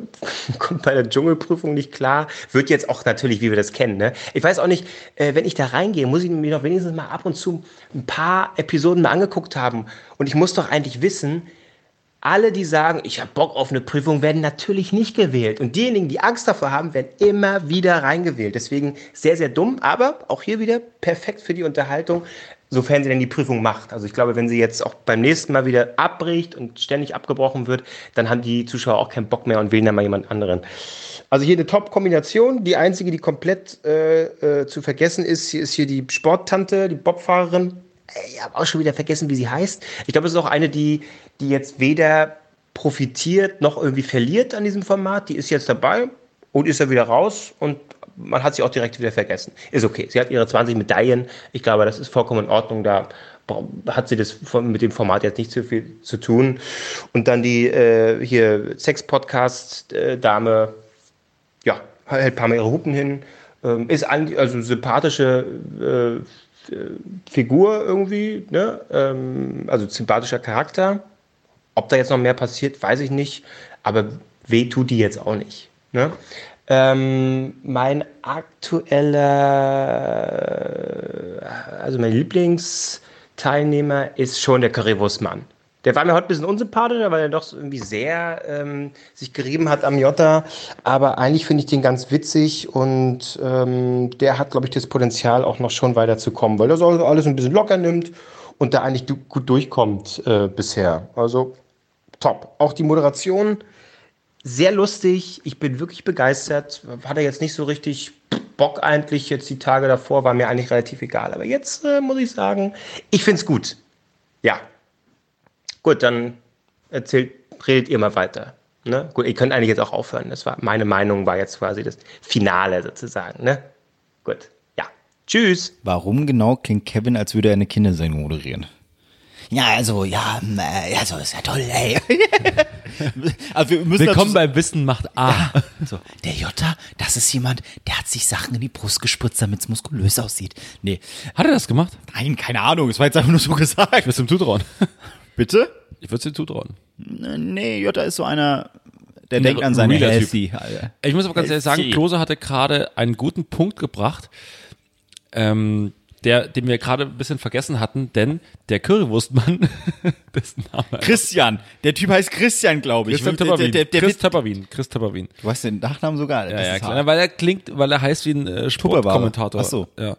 Speaker 4: kommt bei der Dschungelprüfung nicht klar. Wird jetzt auch natürlich, wie wir das kennen. Ne? Ich weiß auch nicht, äh, wenn ich da reingehe, muss ich mir doch wenigstens mal ab und zu ein paar Episoden mal angeguckt haben. Und ich muss doch eigentlich wissen, alle, die sagen, ich habe Bock auf eine Prüfung, werden natürlich nicht gewählt. Und diejenigen, die Angst davor haben, werden immer wieder reingewählt. Deswegen sehr, sehr dumm, aber auch hier wieder perfekt für die Unterhaltung, sofern sie denn die Prüfung macht. Also ich glaube, wenn sie jetzt auch beim nächsten Mal wieder abbricht und ständig abgebrochen wird, dann haben die Zuschauer auch keinen Bock mehr und wählen dann mal jemand anderen. Also hier eine Top-Kombination. Die einzige, die komplett äh, äh, zu vergessen ist, hier ist hier die Sporttante, die Bobfahrerin ich habe auch schon wieder vergessen, wie sie heißt. Ich glaube, es ist auch eine, die, die jetzt weder profitiert noch irgendwie verliert an diesem Format. Die ist jetzt dabei und ist dann wieder raus und man hat sie auch direkt wieder vergessen. Ist okay. Sie hat ihre 20 Medaillen. Ich glaube, das ist vollkommen in Ordnung. Da hat sie das mit dem Format jetzt nicht so viel zu tun. Und dann die äh, hier äh, Sex-Podcast-Dame, ja, hält ein paar Mal ihre Hupen hin. Ähm, ist also sympathische äh, Figur irgendwie, ne? also sympathischer Charakter. Ob da jetzt noch mehr passiert, weiß ich nicht, aber weh tut die jetzt auch nicht. Ne? Ähm, mein aktueller, also mein Lieblingsteilnehmer ist schon der Currywurstmann. Der war mir heute ein bisschen unsympathischer, weil er doch irgendwie sehr ähm, sich gerieben hat am Jota. Aber eigentlich finde ich den ganz witzig und ähm, der hat, glaube ich, das Potenzial, auch noch schon weiterzukommen, weil er so alles ein bisschen locker nimmt und da eigentlich du gut durchkommt äh, bisher. Also top. Auch die Moderation sehr lustig. Ich bin wirklich begeistert. Hatte jetzt nicht so richtig Bock eigentlich. Jetzt die Tage davor war mir eigentlich relativ egal. Aber jetzt äh, muss ich sagen, ich finde es gut. Ja, Gut, dann erzählt, redet ihr mal weiter. Ne? Gut, ihr könnt eigentlich jetzt auch aufhören. Das war meine Meinung, war jetzt quasi das Finale sozusagen. Ne? Gut, ja. Tschüss.
Speaker 2: Warum genau klingt Kevin, als würde er eine Kindersendung moderieren? Ja, also, ja, äh, also ist ja toll, ey. also, wir müssen
Speaker 5: Willkommen
Speaker 2: dazu-
Speaker 5: bei Wissen macht A. So.
Speaker 2: Der Jota, das ist jemand, der hat sich Sachen in die Brust gespritzt, damit es muskulös aussieht. Nee,
Speaker 1: Hat er das gemacht?
Speaker 2: nein, keine Ahnung, es war jetzt einfach nur so
Speaker 1: Ich
Speaker 2: gesagt.
Speaker 1: würde es ihm zutrauen.
Speaker 2: Bitte?
Speaker 1: Ich würde es ihm zutrauen.
Speaker 2: Nee, Jota ist so einer, der
Speaker 1: Ein
Speaker 2: denkt an seine
Speaker 1: realer Typ.
Speaker 2: Healthy. Alter.
Speaker 1: Ich muss aber ganz ehrlich sagen,
Speaker 2: Äh, Sie.
Speaker 1: Klose hatte gerade einen guten Punkt gebracht, ähm, der, den wir gerade ein bisschen vergessen hatten, denn der Currywurstmann, dessen Name
Speaker 2: Christian, der Typ heißt Christian, glaube ich.
Speaker 1: Christian
Speaker 2: der, der,
Speaker 1: Töpperwien.
Speaker 2: der, der,
Speaker 1: Chris Töpperwien. Chris Töpperwien.
Speaker 2: du weißt den Nachnamen sogar.
Speaker 1: Ja,
Speaker 2: das
Speaker 1: ja,
Speaker 2: ist
Speaker 1: klar.
Speaker 2: hart.
Speaker 1: Na, Weil er klingt, weil er heißt wie ein äh, Sportkommentator.
Speaker 2: Ach so.
Speaker 1: Ja.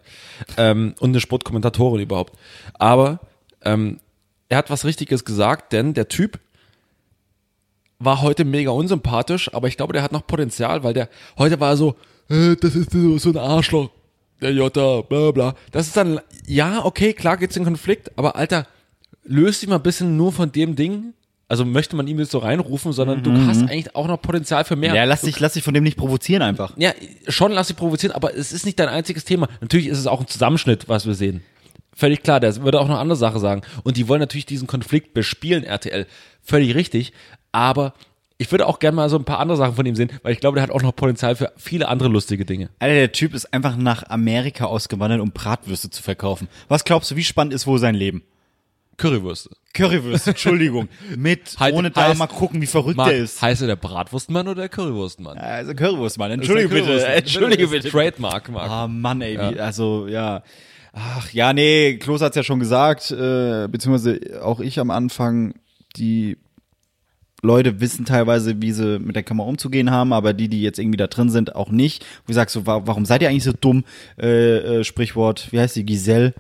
Speaker 1: Ähm, und eine Sportkommentatorin überhaupt. Aber ähm, er hat was Richtiges gesagt, denn der Typ war heute mega unsympathisch, aber ich glaube, der hat noch Potenzial, weil der heute war er so, äh, das ist so so ein Arschloch, der Jota, bla bla. Das ist dann, ja, okay, klar geht's in Konflikt, aber Alter, löst dich mal ein bisschen nur von dem Ding. Also möchte man ihm jetzt so reinrufen, sondern
Speaker 2: Mhm.
Speaker 1: du hast eigentlich auch noch Potenzial für mehr.
Speaker 2: Ja, lass dich, lass dich von dem nicht provozieren einfach.
Speaker 1: Ja, schon lass dich provozieren, aber es ist nicht dein einziges Thema. Natürlich ist es auch ein Zusammenschnitt, was wir sehen. Völlig klar, der würde auch noch andere Sachen sagen. Und die wollen natürlich diesen Konflikt bespielen, RTL. Völlig richtig. Aber ich würde auch gerne mal so ein paar andere Sachen von ihm sehen, weil ich glaube, der hat auch noch Potenzial für viele andere lustige Dinge.
Speaker 2: Alter, der Typ ist einfach nach Amerika ausgewandert, um Bratwürste zu verkaufen. Was glaubst du, wie spannend ist wohl sein Leben?
Speaker 1: Currywürste.
Speaker 2: Currywürste, Entschuldigung. Mit,
Speaker 1: Halt-
Speaker 2: ohne da
Speaker 1: heißt-
Speaker 2: mal gucken, wie verrückt
Speaker 1: Marc,
Speaker 2: der ist.
Speaker 1: Heißt er der Bratwurstmann oder der Currywurstmann? Ja,
Speaker 2: Also Currywurstmann, entschuldige bitte, entschuldige bitte.
Speaker 1: Trademark, Marc.
Speaker 2: Ah Mann, ey, wie, also ja. Ach ja, nee, Klos hat's ja schon gesagt, äh, beziehungsweise auch ich am Anfang, die Leute wissen teilweise, wie sie mit der Kamera umzugehen haben, aber die, die jetzt irgendwie da drin sind, auch nicht. Wo ich sag so, wa- warum seid ihr eigentlich so dumm? Äh, äh, Sprichwort, wie heißt die? Giselle.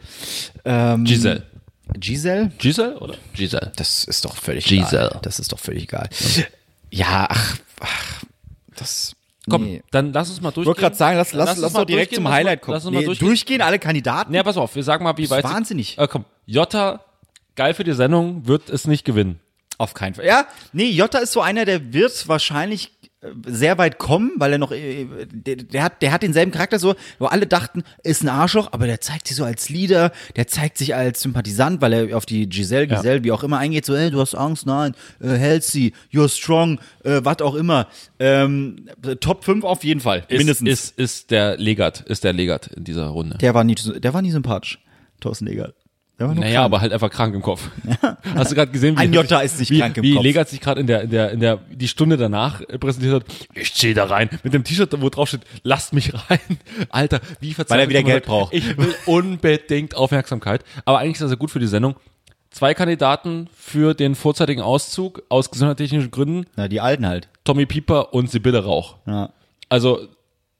Speaker 2: Ähm,
Speaker 1: Giselle.
Speaker 2: Giselle?
Speaker 1: Giselle oder? Giselle.
Speaker 2: Das ist doch völlig
Speaker 1: Giselle.
Speaker 2: egal. Das ist doch völlig egal. Ja, ach, ach das.
Speaker 1: Komm,
Speaker 2: nee.
Speaker 1: dann lass uns mal
Speaker 2: Ich
Speaker 1: durchgehen.
Speaker 2: wollte gerade sagen, lass, lass, lass,
Speaker 1: uns mal
Speaker 2: doch direkt
Speaker 1: durchgehen,
Speaker 2: zum
Speaker 1: lass uns mal-
Speaker 2: Highlight kommen.
Speaker 1: Lass uns mal
Speaker 2: Nee,
Speaker 1: durchgehen.
Speaker 2: alle Kandidaten.
Speaker 1: Ja, pass auf, wir sagen mal, wie
Speaker 2: Das ist
Speaker 1: weit.
Speaker 2: wahnsinnig.
Speaker 1: Äh, komm, Jota, geil für die Sendung, wird es nicht gewinnen.
Speaker 2: Auf keinen Fall. Ja, nee, Jota ist so einer, der wird wahrscheinlich äh, sehr weit kommen, weil er noch, äh, der, der, hat, der hat denselben Charakter so, wo alle dachten, ist ein Arschloch, aber der zeigt sich so als Leader, der zeigt sich als Sympathisant, weil er auf die Giselle, Giselle, wie auch immer eingeht, so, hey, du hast Angst, nein, äh, healthy, you're strong, äh, was auch immer. Ähm, Top 5 auf jeden Fall,
Speaker 1: Ist,
Speaker 2: mindestens.
Speaker 1: Ist, ist der Legat, ist der Legat in dieser Runde.
Speaker 2: Der war nie, der war nie sympathisch, Thorsten Legal. Der war nur
Speaker 1: naja, aber halt einfach krank im Kopf. Hast du gerade gesehen, wie,
Speaker 2: Ein Jota ist nicht
Speaker 1: wie,
Speaker 2: krank im
Speaker 1: wie
Speaker 2: Kopf.
Speaker 1: Legat sich gerade in der, in der, in der, die Stunde danach äh, präsentiert hat, ich zähl da rein, mit dem T-Shirt, wo drauf steht, lasst mich rein. Alter, wie verzweifelt.
Speaker 2: Weil er wieder
Speaker 1: man
Speaker 2: Geld
Speaker 1: sagt,
Speaker 2: braucht.
Speaker 1: Ich will unbedingt Aufmerksamkeit. Aber eigentlich ist das ja gut für die Sendung. Zwei Kandidaten für den vorzeitigen Auszug aus gesundheitstechnischen Gründen,
Speaker 2: Na, die Alten halt.
Speaker 1: Tommy Pieper und Sibylle Rauch.
Speaker 2: Ja.
Speaker 1: Also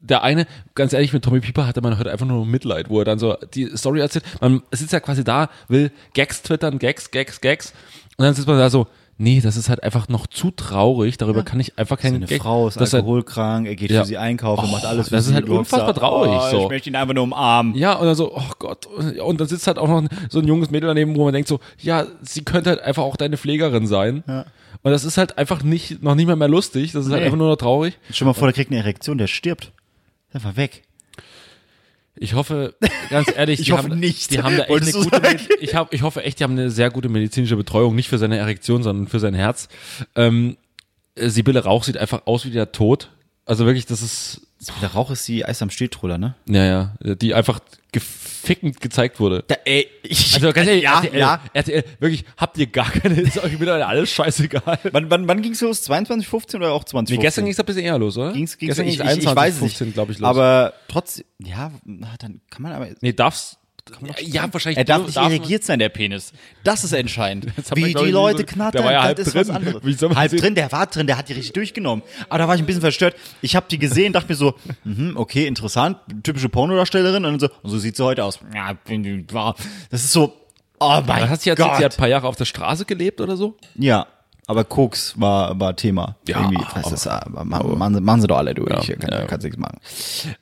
Speaker 1: der eine, ganz ehrlich, mit Tommy Pieper hatte man heute einfach nur Mitleid, wo er dann so die Story erzählt. Man sitzt ja quasi da, will Gags twittern, Gags, Gags, Gags. Und dann sitzt man da so, nee, das ist halt einfach noch zu traurig, darüber kann ich einfach keinen
Speaker 2: Seine
Speaker 1: Gag-
Speaker 2: Frau ist
Speaker 1: das halt,
Speaker 2: alkoholkrank, er geht
Speaker 1: Ja.
Speaker 2: für sie einkaufen, macht alles für
Speaker 1: das ist
Speaker 2: sie.
Speaker 1: halt
Speaker 2: Geburtstag.
Speaker 1: unfassbar traurig, so.
Speaker 2: Oh, Ich möchte ihn einfach nur umarmen.
Speaker 1: Ja, und dann so, oh Gott. Ja, Und dann sitzt halt auch noch so ein junges Mädel daneben, wo man denkt so, ja, sie könnte halt einfach auch deine Pflegerin sein. Und das ist halt einfach nicht, noch nicht mal mehr lustig, das ist halt
Speaker 2: Nee.
Speaker 1: einfach nur noch traurig.
Speaker 2: Schon mal vor, der kriegt eine Erektion, der stirbt. Ist Einfach weg.
Speaker 1: Ich hoffe, ganz ehrlich,
Speaker 2: Ich
Speaker 1: die
Speaker 2: hoffe
Speaker 1: haben,
Speaker 2: nicht.
Speaker 1: Die haben da echt eine
Speaker 2: Wolltest du
Speaker 1: gute,
Speaker 2: sagen?
Speaker 1: Med- ich, hab, ich hoffe echt, die haben eine sehr gute medizinische Betreuung, nicht für seine Erektion, sondern für sein Herz. Ähm, äh, Sibylle Rauch sieht einfach aus wie der Tod. Also wirklich, das ist,
Speaker 2: Der Rauch ist die Eis am Stehtroller, ne?
Speaker 1: naja, die einfach gefickend gezeigt wurde.
Speaker 2: Da, ey, ich,
Speaker 1: Also ganz ehrlich,
Speaker 2: ja,
Speaker 1: RTL,
Speaker 2: ja.
Speaker 1: RTL, wirklich, habt ihr gar keine, ist euch mittlerweile alles scheißegal.
Speaker 2: Wann, wann, wann ging's los? 22, 15 oder auch 20?
Speaker 1: Nee, gestern ging es ein bisschen eher los, oder?
Speaker 2: ging's, ging's,
Speaker 1: gestern
Speaker 2: ich,
Speaker 1: ging's
Speaker 2: ich, ich weiß es
Speaker 1: 15,
Speaker 2: nicht.
Speaker 1: glaube ich, los.
Speaker 2: Aber trotzdem, ja, na, dann kann man aber...
Speaker 1: nee, darfst, ja, wahrscheinlich.
Speaker 2: Er darf
Speaker 1: nur-
Speaker 2: nicht
Speaker 1: man-
Speaker 2: irrigiert sein, der Penis. Das ist entscheidend.
Speaker 1: hat man,
Speaker 2: Wie
Speaker 1: glaub
Speaker 2: die
Speaker 1: ich,
Speaker 2: Leute
Speaker 1: nie so-
Speaker 2: knattern,
Speaker 1: der war ja
Speaker 2: das
Speaker 1: halb
Speaker 2: ist was
Speaker 1: drin.
Speaker 2: anderes.
Speaker 1: Wie soll man
Speaker 2: halb
Speaker 1: sehen?
Speaker 2: drin, der war drin, der hat die richtig durchgenommen. Aber da war ich ein bisschen verstört. Ich habe die gesehen, dachte mir so, mhm, okay, interessant, typische Pornodarstellerin. Und dann so, und so sieht sie heute aus. Ja, bin die- war. Das ist so, oh mein
Speaker 1: Was hat sie jetzt,
Speaker 2: Gott.
Speaker 1: sie hat ein paar Jahre auf der Straße gelebt oder so?
Speaker 2: ja, aber Koks war, war Thema.
Speaker 1: Ja,
Speaker 2: Irgendwie, das ist, aber, machen, machen, sie- machen sie doch alle durch.
Speaker 1: Ja,
Speaker 2: Hier kann,
Speaker 1: ja.
Speaker 2: Kannst nichts machen.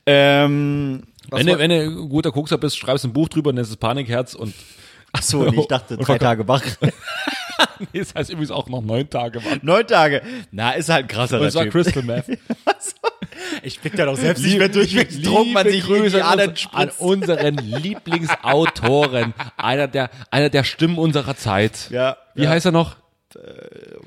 Speaker 2: Ähm,
Speaker 1: Wenn du, wenn du ein guter Kokser bist, schreibst ein Buch drüber, nennst es Panikherz und
Speaker 2: ach so, nee, ich dachte,
Speaker 1: Und
Speaker 2: drei Tage wach.
Speaker 1: nee, das heißt übrigens auch noch neun Tage warten.
Speaker 2: Neun Tage. Na, ist halt ein krasser
Speaker 1: Und es war Crystal Meth.
Speaker 2: Ich blick da doch selbst nicht mehr durch, welchen Druck man sich
Speaker 1: Grüße
Speaker 2: irgendwie
Speaker 1: an,
Speaker 2: an
Speaker 1: uns, an unseren Lieblingsautoren, einer der, einer der Stimmen unserer Zeit.
Speaker 2: Ja,
Speaker 1: Wie
Speaker 2: ja.
Speaker 1: heißt er noch?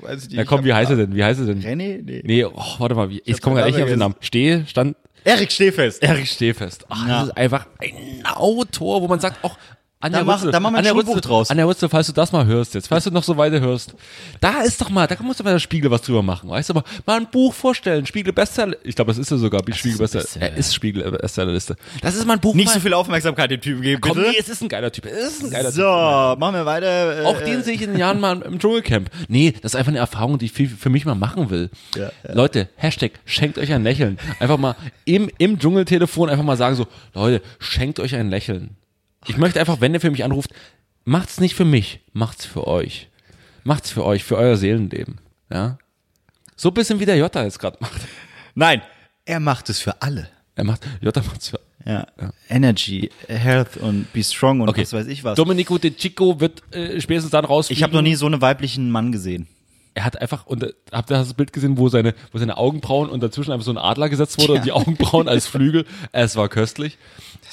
Speaker 2: Weiß ich nicht.
Speaker 1: Ja, komm, wie heißt er denn? Wie heißt er denn?
Speaker 2: René? Nee.
Speaker 1: Nee, oh, warte mal, wie, ich komme
Speaker 2: den
Speaker 1: gerade echt nicht auf den
Speaker 2: Namen
Speaker 1: Namen. Steh, stand,
Speaker 2: Erik Stehfest.
Speaker 1: Erich Stehfest. Ach,
Speaker 2: Ja.
Speaker 1: das ist einfach ein Autor, wo man sagt, auch Anja
Speaker 2: Da mach-
Speaker 1: Rützel,
Speaker 2: da machen wir ein
Speaker 1: Anja
Speaker 2: Schulbuch
Speaker 1: Rützel,
Speaker 2: draus.
Speaker 1: Anja Rützel, falls du das mal hörst jetzt, falls du noch so weiter hörst, da ist doch mal, da muss doch mal der Spiegel was drüber machen, weißt du, mal, mal ein Buch vorstellen, Spiegel Bestseller, ich glaube, das ist er sogar, Spiegel Bestseller, er ist Spiegel Bestsellerliste. Das ist mal ein Buch.
Speaker 2: Nicht
Speaker 1: mal,
Speaker 2: so viel Aufmerksamkeit dem Typen geben,
Speaker 1: Komm,
Speaker 2: bitte.
Speaker 1: nee, es ist ein geiler Typ, es ist ein geiler
Speaker 2: so,
Speaker 1: Typ.
Speaker 2: machen wir weiter. Äh,
Speaker 1: Auch den sehe ich in den Jahren mal im Dschungelcamp. Nee, das ist einfach eine Erfahrung, die ich viel für mich mal machen will. Leute, Hashtag schenkt euch ein Lächeln. Einfach mal im, im Dschungeltelefon einfach mal sagen so, Leute, schenkt euch ein Lächeln. Ich möchte einfach, wenn ihr für mich anruft, macht's nicht für mich, macht's für euch. Macht's für euch, für euer Seelenleben. Ja. So ein bisschen wie der Jota jetzt gerade macht.
Speaker 2: Nein, er macht es für alle.
Speaker 1: Er macht, Jota macht's für.
Speaker 2: Ja. Energy, Health und Be Strong und
Speaker 1: Okay.
Speaker 2: was weiß ich was.
Speaker 1: Domenico de Chico wird äh, spätestens dann raus.
Speaker 2: Ich habe noch nie so einen weiblichen Mann gesehen.
Speaker 1: er hat einfach unter, habt ihr das Bild gesehen, wo seine, wo seine Augenbrauen und dazwischen einfach so ein Adler gesetzt wurde und die Augenbrauen als Flügel. Es war köstlich.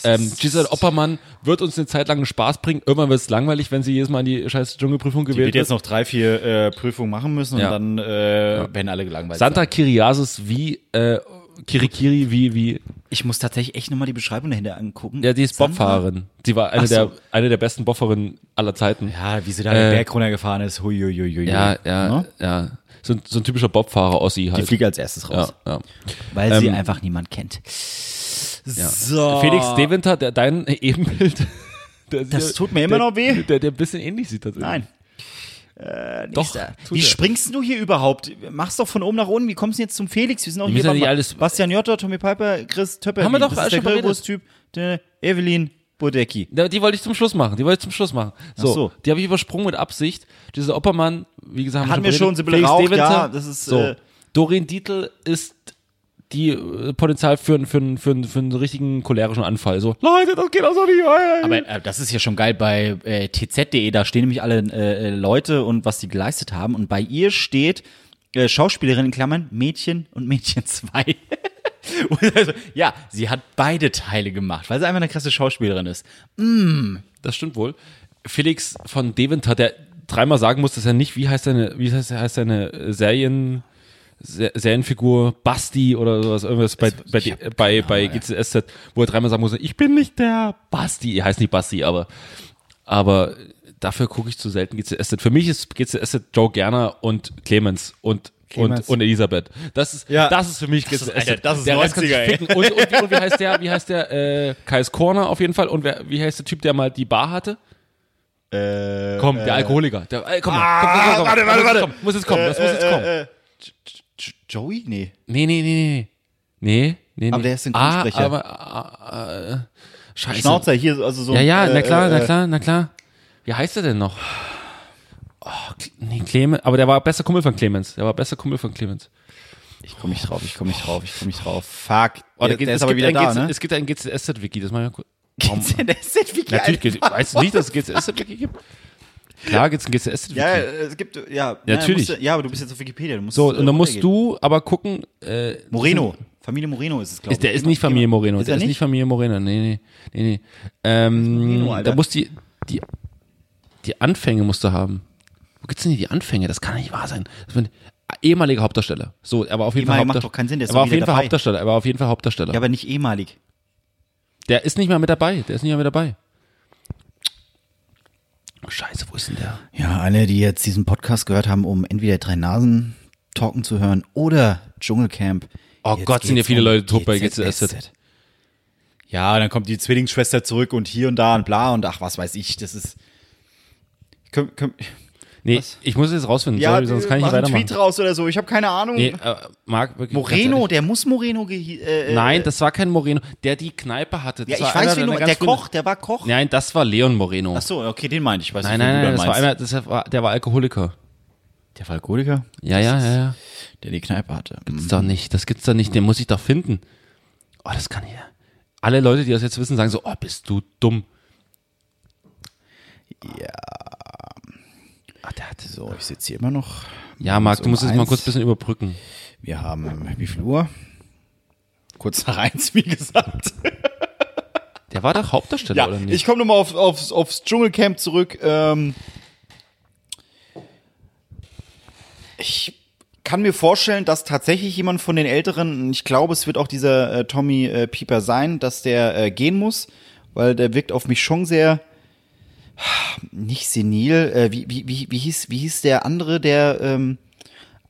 Speaker 1: Ähm, Giselle Oppermann wird uns eine Zeit lang einen Spaß bringen. Irgendwann wird es langweilig, wenn sie jedes Mal in die scheiß Dschungelprüfung
Speaker 2: Die wird
Speaker 1: gewählt
Speaker 2: jetzt
Speaker 1: wird.
Speaker 2: noch drei, vier äh, Prüfungen machen müssen und
Speaker 1: Ja.
Speaker 2: dann äh, werden alle gelangweilt.
Speaker 1: Santa Kiriasis wie äh, Kirikiri wie wie
Speaker 2: Ich muss tatsächlich echt nochmal die Beschreibung dahinter angucken.
Speaker 1: ja die ist
Speaker 2: Sandra?
Speaker 1: Bobfahrerin. Sie war eine
Speaker 2: Ach so.
Speaker 1: der eine der besten Bobferinnen aller Zeiten.
Speaker 2: Ja, wie sie da den
Speaker 1: Äh,
Speaker 2: Berg runtergefahren ist. Hui, hui, hui, hui.
Speaker 1: ja ja,
Speaker 2: Ne?
Speaker 1: ja. So, ein- so ein typischer Bobfahrer Ossi
Speaker 2: Die
Speaker 1: halt.
Speaker 2: fliegt als erstes
Speaker 1: ja,
Speaker 2: raus.
Speaker 1: ja.
Speaker 2: Weil sie
Speaker 1: Ähm,
Speaker 2: einfach niemand kennt.
Speaker 1: Ja.
Speaker 2: So.
Speaker 1: Felix Deventer, der, dein Ebenbild. Der,
Speaker 2: Oh. Das tut mir immer
Speaker 1: der,
Speaker 2: noch weh.
Speaker 1: Der, der ein bisschen ähnlich sieht tatsächlich.
Speaker 2: Nein.
Speaker 1: doch. tut
Speaker 2: Wie
Speaker 1: er.
Speaker 2: springst du hier überhaupt? Machst doch von oben nach unten. Wie kommst du denn jetzt zum Felix? Wir sind auch
Speaker 1: Wir
Speaker 2: hier
Speaker 1: müssen ja
Speaker 2: beim
Speaker 1: nicht alles-
Speaker 2: Bastian Jotta, Tommy Piper, Chris Töpper.
Speaker 1: Haben wir doch
Speaker 2: das ist der
Speaker 1: schon beredet.
Speaker 2: Grillwurst-Typ, der Evelyn Bodecki.
Speaker 1: Da- Die wollte ich zum Schluss machen. Die wollte ich zum Schluss machen. So,
Speaker 2: Ach so.
Speaker 1: die habe ich übersprungen mit Absicht. Diese Oppermann, wie gesagt,
Speaker 2: Hatten wir
Speaker 1: beredet.
Speaker 2: schon, Sibylle Rauch, ja, das ist,
Speaker 1: so.
Speaker 2: äh,
Speaker 1: Doreen Dietl ist die äh, Potenzial für, einen- für, einen- für, einen- für einen richtigen cholerischen Anfall. So, Leute, das geht auch so nicht.
Speaker 2: Aber äh, das ist ja schon geil bei E, äh, tz.de, da stehen nämlich alle äh, äh, Leute und was die geleistet haben. Und bei ihr steht, äh, Schauspielerin in Klammern Mädchen und Mädchen 2. Und also, ja, sie hat beide Teile gemacht, weil sie einfach eine krasse Schauspielerin ist.
Speaker 1: Das stimmt wohl. Felix von Deventer, der dreimal sagen muss, dass er nicht, wie heißt seine, wie heißt, heißt seine äh, Serien, Se Serienfigur Basti oder sowas, irgendwas bei, bei,
Speaker 2: ich hab
Speaker 1: bei, bei GCSZ, wo er dreimal sagen muss, ich bin nicht der Basti, er heißt nicht Basti, aber, aber dafür gucke ich zu selten GCSZ. Für mich ist GCSZ Joe Gerner und Clemens und
Speaker 2: Clemens.
Speaker 1: Und, und Elisabeth. Das ist,
Speaker 2: Ja.
Speaker 1: das ist für mich
Speaker 2: Das ist-
Speaker 1: GCSZ.
Speaker 2: Alter, das ist
Speaker 1: der Rest kann sich
Speaker 2: 90er, ey.
Speaker 1: ficken. Und, und, und, wie heißt der, wie heißt der, äh, Kais Corner auf jeden Fall. Und wer, wie heißt der Typ, der mal die Bar hatte?
Speaker 2: Äh,
Speaker 1: Komm, der Alkoholiker. Der, ey, komm, mal, komm, komm, komm, komm.
Speaker 2: warte, Ah, warte,
Speaker 1: muss jetzt kommen, Muss jetzt
Speaker 2: warte.
Speaker 1: kommen, das muss jetzt kommen.
Speaker 2: Äh, äh, J- J- Joey? Nee.
Speaker 1: Nee, nee, nee, nee. Nee, nee, nee.
Speaker 2: Aber der ist
Speaker 1: ah,
Speaker 2: Synchronsprecher.
Speaker 1: aber, ah, äh, Scheiße.
Speaker 2: Schnauzer hier, also so.
Speaker 1: Ja, ja,
Speaker 2: äh,
Speaker 1: na klar,
Speaker 2: äh,
Speaker 1: na
Speaker 2: äh,
Speaker 1: klar, na klar. Wie heißt er denn noch? Oh, Cle- nee, Clemens. Aber der war bester Kumpel von Clemens. Der war bester Kumpel von Clemens.
Speaker 2: Ich komm nicht drauf, ich komm nicht drauf, ich komm nicht drauf. Fuck.
Speaker 1: Oh, da
Speaker 2: der,
Speaker 1: geht-
Speaker 2: der ist
Speaker 1: es
Speaker 2: aber
Speaker 1: gibt
Speaker 2: wieder
Speaker 1: ein
Speaker 2: da,
Speaker 1: GZ
Speaker 2: ne?
Speaker 1: Es gibt ein GCSZ-Wiki, das mal kurz.
Speaker 2: Gibt's denn- der ist denn wirklich
Speaker 1: Natürlich,
Speaker 2: alt?
Speaker 1: gibt- weißt du nicht, dass es GCSZ-Wiki gibt? Klar gibt's ein GCSZ-Wiki.
Speaker 2: Ja, es gibt, ja. ja.
Speaker 1: Natürlich.
Speaker 2: Musst, du- ja, aber du bist jetzt auf Wikipedia. Du musst,
Speaker 1: so,
Speaker 2: äh,
Speaker 1: und dann musst
Speaker 2: runtergehen.
Speaker 1: du aber gucken, äh,
Speaker 2: Moreno. Hm. Familie Moreno ist es, glaube ich. Genau.
Speaker 1: Ist, der ist nicht Familie Moreno.
Speaker 2: Ist
Speaker 1: der
Speaker 2: er
Speaker 1: ist nicht
Speaker 2: nicht?
Speaker 1: Familie Moreno. Nee, nee, nee, nee. Ähm,
Speaker 2: Moreno, Alter.
Speaker 1: da muss die, die, die Anfänge musst du haben. Wo gibt's denn hier die Anfänge? Das kann nicht wahr sein. Das war ein ehemaliger Hauptdarsteller. So, er war auf jeden Fall
Speaker 2: Ehemalig macht
Speaker 1: Hauptdarsteller.
Speaker 2: doch keinen Sinn, der ist
Speaker 1: er war
Speaker 2: doch
Speaker 1: auf
Speaker 2: wieder
Speaker 1: jeden Fall
Speaker 2: dabei.
Speaker 1: Hauptdarsteller. Er war auf jeden Fall Hauptdarsteller.
Speaker 2: Ja, aber nicht ehemalig.
Speaker 1: der ist nicht mehr mit dabei. Der ist nicht mehr mit dabei. Scheiße, wo ist denn der?
Speaker 2: Ja, alle, die jetzt diesen Podcast gehört haben, um entweder drei Nasen talken zu hören oder Dschungelcamp.
Speaker 1: Oh
Speaker 2: Jetzt
Speaker 1: Gott, sind
Speaker 2: geht's
Speaker 1: hier viele
Speaker 2: um
Speaker 1: Leute tot bei GZSZ.
Speaker 2: Ja, dann kommt die Zwillingsschwester zurück und hier und da und bla und ach, was weiß ich, das ist. Können, können,
Speaker 1: Nee, ich muss es jetzt rausfinden.
Speaker 2: ja,
Speaker 1: Sorry, sonst kann ich
Speaker 2: mach
Speaker 1: nicht
Speaker 2: einen
Speaker 1: weitermachen.
Speaker 2: Tweet raus oder so, ich habe keine Ahnung.
Speaker 1: Nee, äh, Marc, wirklich, ganz
Speaker 2: Moreno,
Speaker 1: ehrlich.
Speaker 2: der muss Moreno gehi- äh, äh,
Speaker 1: Nein, das war kein Moreno. Der die Kneipe hatte.
Speaker 2: Ja,
Speaker 1: Das
Speaker 2: ich
Speaker 1: war einer
Speaker 2: weiß, wen du
Speaker 1: deiner ganz
Speaker 2: meinst. Der
Speaker 1: frühen-
Speaker 2: Koch, der war Koch.
Speaker 1: Nein, das war Leon Moreno.
Speaker 2: Ach so, okay, den meine ich. ich. Weiß
Speaker 1: nein,
Speaker 2: nicht, wen
Speaker 1: nein,
Speaker 2: du
Speaker 1: nein,
Speaker 2: dann
Speaker 1: das war
Speaker 2: meinst.
Speaker 1: einer, das war, der war Alkoholiker.
Speaker 2: Der war Alkoholiker,
Speaker 1: Ja, ja, ja, ja.
Speaker 2: der die Kneipe hatte.
Speaker 1: Gibt's doch nicht, das gibt's doch nicht, den muss ich doch finden. Oh, das kann ich ja. Alle Leute, die das jetzt wissen, sagen so, oh, bist du dumm.
Speaker 2: Ah, der hatte so, ich sitze hier immer noch.
Speaker 1: Ja, Marc, du
Speaker 2: um
Speaker 1: musst es mal
Speaker 2: eins.
Speaker 1: kurz ein bisschen überbrücken.
Speaker 2: Wir haben, wie viel Uhr? Kurz nach eins, wie gesagt.
Speaker 1: Der war doch Hauptdarsteller,
Speaker 2: Ja,
Speaker 1: oder nicht?
Speaker 2: ich komme nochmal auf, aufs, aufs Dschungelcamp zurück. Ähm, ich kann mir vorstellen, dass tatsächlich jemand von den Älteren, ich glaube, es wird auch dieser äh, Tommy äh, Pieper sein, dass der äh, gehen muss, weil der wirkt auf mich schon sehr nicht senil. Äh, wie, wie, wie, wie, hieß, wie hieß der andere, der ähm,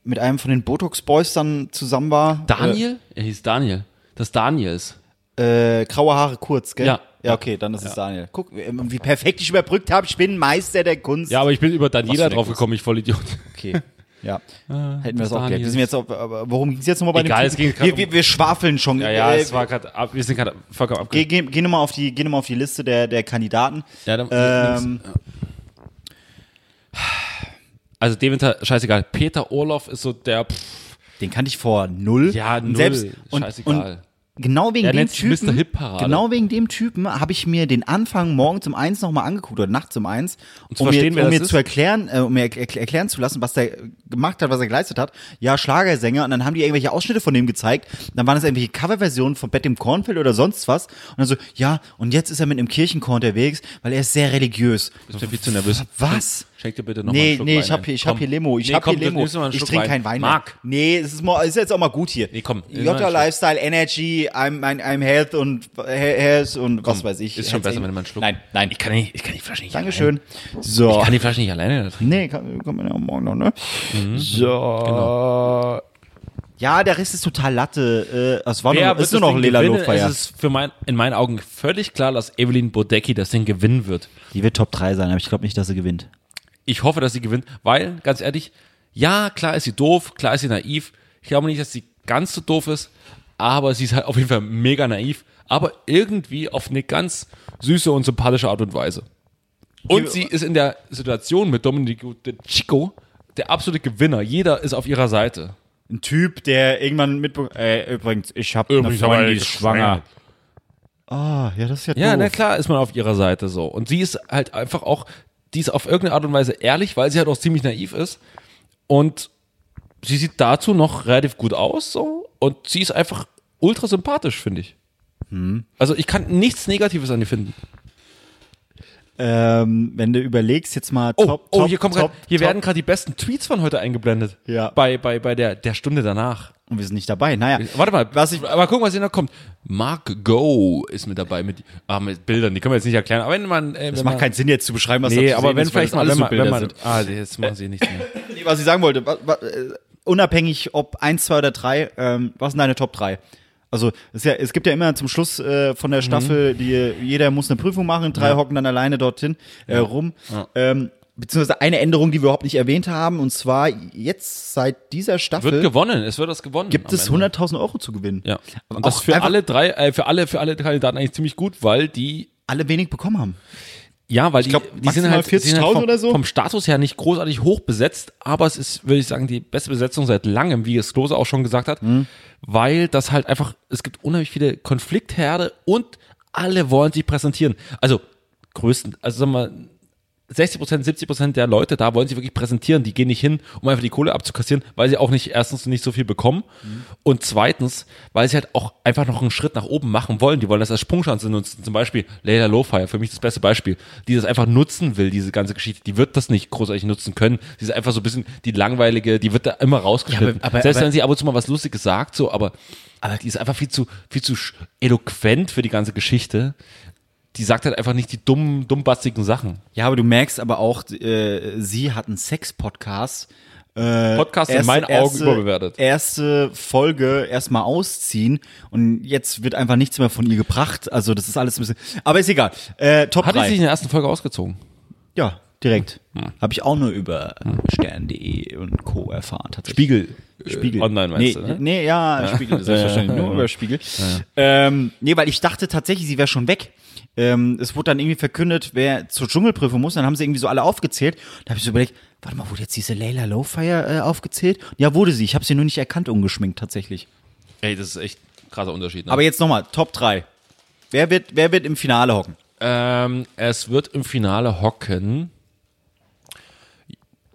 Speaker 2: mit einem von den Botox Boys dann zusammen war?
Speaker 1: Daniel? er hieß Daniel. Das Daniel ist.
Speaker 2: Äh, graue Haare kurz, gell?
Speaker 1: Ja.
Speaker 2: Ja, okay, dann ist es Daniel. Guck, wie wie perfekt ich überbrückt habe. Ich bin Meister der Kunst.
Speaker 1: Ja, aber ich bin über
Speaker 2: Ach so,
Speaker 1: Daniela
Speaker 2: der
Speaker 1: draufgekommen, ich Vollidiot.
Speaker 2: Okay. Ja. Hätten wir
Speaker 1: das
Speaker 2: das auch
Speaker 1: Ah, Daniel.
Speaker 2: geklärt. Wir sind jetzt auf, aber worum ging es jetzt nochmal bei
Speaker 1: Egal,
Speaker 2: dem
Speaker 1: es
Speaker 2: Typen?
Speaker 1: ging grad
Speaker 2: wir, wir, wir schwafeln schon.
Speaker 1: Ja, ja,
Speaker 2: Äh,
Speaker 1: es war gerade, ab- wir sind gerade vollkommen
Speaker 2: Geh,
Speaker 1: abge...
Speaker 2: geh, geh nochmal auf, die- geh noch mal auf die Liste der, der Kandidaten.
Speaker 1: Ja, dann- äh,
Speaker 2: ähm,
Speaker 1: Also Deventer, scheißegal. Peter Orloff ist so der, pff,
Speaker 2: den kannte ich vor null.
Speaker 1: ja,
Speaker 2: Und
Speaker 1: null,
Speaker 2: Selbst, und,
Speaker 1: scheißegal.
Speaker 2: Und genau wegen
Speaker 1: Der
Speaker 2: dem
Speaker 1: nennt's
Speaker 2: Typen,
Speaker 1: Mr. Hip-Parade.
Speaker 2: genau wegen dem Typen habe ich mir den Anfang morgens um eins nochmal angeguckt oder nachts um eins,
Speaker 1: zu
Speaker 2: um
Speaker 1: verstehen,
Speaker 2: mir,
Speaker 1: wer
Speaker 2: um
Speaker 1: das
Speaker 2: mir
Speaker 1: ist?
Speaker 2: zu erklären, äh, um mir erkl- erkl- erklären zu lassen, was der äh, gemacht hat, was er geleistet hat. Ja, Schlagersänger. Und dann haben die irgendwelche Ausschnitte von dem gezeigt. Dann waren es irgendwelche Coverversionen von Bett im Kornfeld oder sonst was. Und dann so, ja, und jetzt ist er mit einem Kirchenchor unterwegs, weil er ist sehr religiös.
Speaker 1: Bist du viel zu nervös?
Speaker 2: Was?
Speaker 1: Schenk dir bitte noch mal einen
Speaker 2: Nee,
Speaker 1: Schluck
Speaker 2: nee,
Speaker 1: Wein
Speaker 2: ich
Speaker 1: ein.
Speaker 2: habe hier, ich hab
Speaker 1: Komm.
Speaker 2: hier Limo. Ich
Speaker 1: Nee,
Speaker 2: hab
Speaker 1: komm,
Speaker 2: hier
Speaker 1: du
Speaker 2: Limo.
Speaker 1: nimmst noch mal einen
Speaker 2: Ich
Speaker 1: Schluck
Speaker 2: trinke
Speaker 1: Wein.
Speaker 2: keinen Wein. mehr.
Speaker 1: Marc.
Speaker 2: Nee, es ist, mal, es ist jetzt auch mal gut hier.
Speaker 1: Nee, komm, nimm mal einen
Speaker 2: Jotta
Speaker 1: Schluck.
Speaker 2: Lifestyle, Energy, I'm, I'm, I'm Health und he- Health und was weiß ich.
Speaker 1: ist schon besser, wenn du mal einen Schluck-
Speaker 2: Nein, nein. Ich
Speaker 1: kann nicht, ich kann die Flasche nicht
Speaker 2: Dankeschön. So.
Speaker 1: Ich kann die Flasche nicht alleine da trinken.
Speaker 2: nee, kann, kann man ja morgen noch, ne?
Speaker 1: Mhm.
Speaker 2: So.
Speaker 1: Genau.
Speaker 2: Ja, der Rest ist total Latte. Äh, es war nur, ist nur noch Lela Lofeyer.
Speaker 1: Es ist für mein, in meinen Augen völlig klar, dass Evelyn Bodecki das Ding gewinnen wird.
Speaker 2: Die wird Top 3 sein, aber ich glaube nicht, dass sie gewinnt.
Speaker 1: Ich hoffe, dass sie gewinnt, weil, ganz ehrlich, ja, klar ist sie doof, klar ist sie naiv. Ich glaube nicht, dass sie ganz so doof ist, aber sie ist halt auf jeden Fall mega naiv, aber irgendwie auf eine ganz süße und sympathische Art und Weise. Und sie ist in der Situation mit Domenico De Chico der absolute Gewinner. Jeder ist auf ihrer Seite.
Speaker 2: Ein Typ, der irgendwann mitbekommt. Äh, übrigens, ich habe eine Freundin, die ist schwanger. Ah, ja, das ist ja,
Speaker 1: Ja, ne,
Speaker 2: doof.
Speaker 1: na klar ist man auf ihrer Seite so. Und sie ist halt einfach auch, die ist auf irgendeine Art und Weise ehrlich, weil sie halt auch ziemlich naiv ist. Und sie sieht dazu noch relativ gut aus so und sie ist einfach ultra sympathisch, finde ich.
Speaker 2: Hm.
Speaker 1: Also ich kann nichts Negatives an ihr finden.
Speaker 2: Ähm, wenn du überlegst, jetzt mal
Speaker 1: Oh,
Speaker 2: top,
Speaker 1: oh
Speaker 2: top,
Speaker 1: hier kommt grad,
Speaker 2: top,
Speaker 1: hier
Speaker 2: top.
Speaker 1: werden gerade die besten Tweets von heute eingeblendet.
Speaker 2: Ja.
Speaker 1: Bei, bei, bei der, der Stunde danach.
Speaker 2: Und wir sind nicht dabei. Naja.
Speaker 1: Warte mal,
Speaker 2: Was ich,
Speaker 1: mal gucken, was hier noch kommt. Mark Go ist mit dabei mit, ah, mit Bildern, die können wir jetzt nicht erklären. Aber wenn man, äh,
Speaker 2: das
Speaker 1: wenn
Speaker 2: macht
Speaker 1: man-
Speaker 2: keinen Sinn jetzt zu beschreiben, was da
Speaker 1: Nee,
Speaker 2: zu
Speaker 1: aber
Speaker 2: sehen
Speaker 1: wenn
Speaker 2: ist, weil
Speaker 1: vielleicht
Speaker 2: das
Speaker 1: mal,
Speaker 2: alles
Speaker 1: wenn
Speaker 2: so
Speaker 1: man, wenn
Speaker 2: Bilder
Speaker 1: man,
Speaker 2: sind.
Speaker 1: ah, nee, jetzt machen sie nichts mehr.
Speaker 2: Nee, was ich sagen wollte, wa- wa- äh, unabhängig ob eins, zwei oder drei, ähm, was sind deine Top drei? Also es, ist ja, es gibt ja immer zum Schluss äh, von der
Speaker 1: Mhm.
Speaker 2: Staffel, die, jeder muss eine Prüfung machen, drei hocken dann alleine dorthin äh, rum. Ähm, beziehungsweise eine Änderung, die wir überhaupt nicht erwähnt haben, und zwar jetzt seit dieser Staffel
Speaker 1: Wird gewonnen, es wird das gewonnen.
Speaker 2: gibt
Speaker 1: am
Speaker 2: es
Speaker 1: Ende.
Speaker 2: 100.000 Euro zu gewinnen.
Speaker 1: Ja.
Speaker 2: Aber
Speaker 1: Und das
Speaker 2: auch
Speaker 1: für
Speaker 2: einfach-
Speaker 1: alle drei, äh, für alle, für alle Kandidaten eigentlich ziemlich gut, weil die,
Speaker 2: Alle wenig bekommen haben.
Speaker 1: ja, weil die,
Speaker 2: glaub,
Speaker 1: die sind
Speaker 2: maximal
Speaker 1: halt, die sind halt
Speaker 2: 40.000
Speaker 1: vom,
Speaker 2: oder so.
Speaker 1: vom Status her nicht großartig hoch besetzt, aber es ist, würde ich sagen, die beste Besetzung seit langem, wie es Klose auch schon gesagt hat,
Speaker 2: Mhm.
Speaker 1: weil das halt einfach, es gibt unheimlich viele Konfliktherde und alle wollen sich präsentieren. Also, größten, also sagen wir, 60 Prozent, 70 Prozent der Leute da wollen sich wirklich präsentieren. Die gehen nicht hin, um einfach die Kohle abzukassieren, weil sie auch nicht erstens nicht so viel bekommen
Speaker 2: Mhm.
Speaker 1: und zweitens, weil sie halt auch einfach noch einen Schritt nach oben machen wollen. Die wollen das als Sprungschanze nutzen. Zum Beispiel Leila Lowfire, für mich das beste Beispiel, die das einfach nutzen will, diese ganze Geschichte. Die wird das nicht großartig nutzen können. Sie ist einfach so ein bisschen die langweilige, die wird da immer rausgeschnitten.
Speaker 2: aber-
Speaker 1: Selbst
Speaker 2: aber-
Speaker 1: wenn sie ab und zu mal was Lustiges sagt, so, aber, aber die ist einfach viel zu, viel zu sch- eloquent für die ganze Geschichte. Die sagt halt einfach nicht die dummen, dummbastigen Sachen.
Speaker 2: Ja, aber du merkst aber auch, äh, sie hat einen Sex-Podcast. Äh,
Speaker 1: Podcast in meinen Augen überbewertet.
Speaker 2: Erste Folge erstmal ausziehen und jetzt wird einfach nichts mehr von ihr gebracht. Also das ist alles ein bisschen. Aber ist egal. Äh, Top
Speaker 1: Hat er
Speaker 2: 3.
Speaker 1: sich Hm. in der ersten Folge ausgezogen?
Speaker 2: ja, direkt. Habe ich auch nur über stern.de und Co. erfahren. Tatsächlich.
Speaker 1: Spiegel.
Speaker 2: Spiegel.
Speaker 1: Äh, Online meinst
Speaker 2: nee,
Speaker 1: du, ne?
Speaker 2: Nee, ja, Spiegel, das ist wahrscheinlich nur über Spiegel. Ähm, nee, weil ich dachte tatsächlich, sie wäre schon weg. Ähm, es wurde dann irgendwie verkündet, wer zur Dschungelprüfung muss, dann haben sie irgendwie so alle aufgezählt. Da habe ich so überlegt, warte mal, wurde jetzt diese Layla Lowfire äh, aufgezählt? Ja, wurde sie. Ich habe sie nur nicht erkannt, ungeschminkt tatsächlich.
Speaker 1: Ey, das ist echt ein krasser Unterschied. Ne?
Speaker 2: Aber jetzt nochmal, Top 3. Wer wird, wer wird im Finale hocken?
Speaker 1: ähm, es wird im Finale hocken.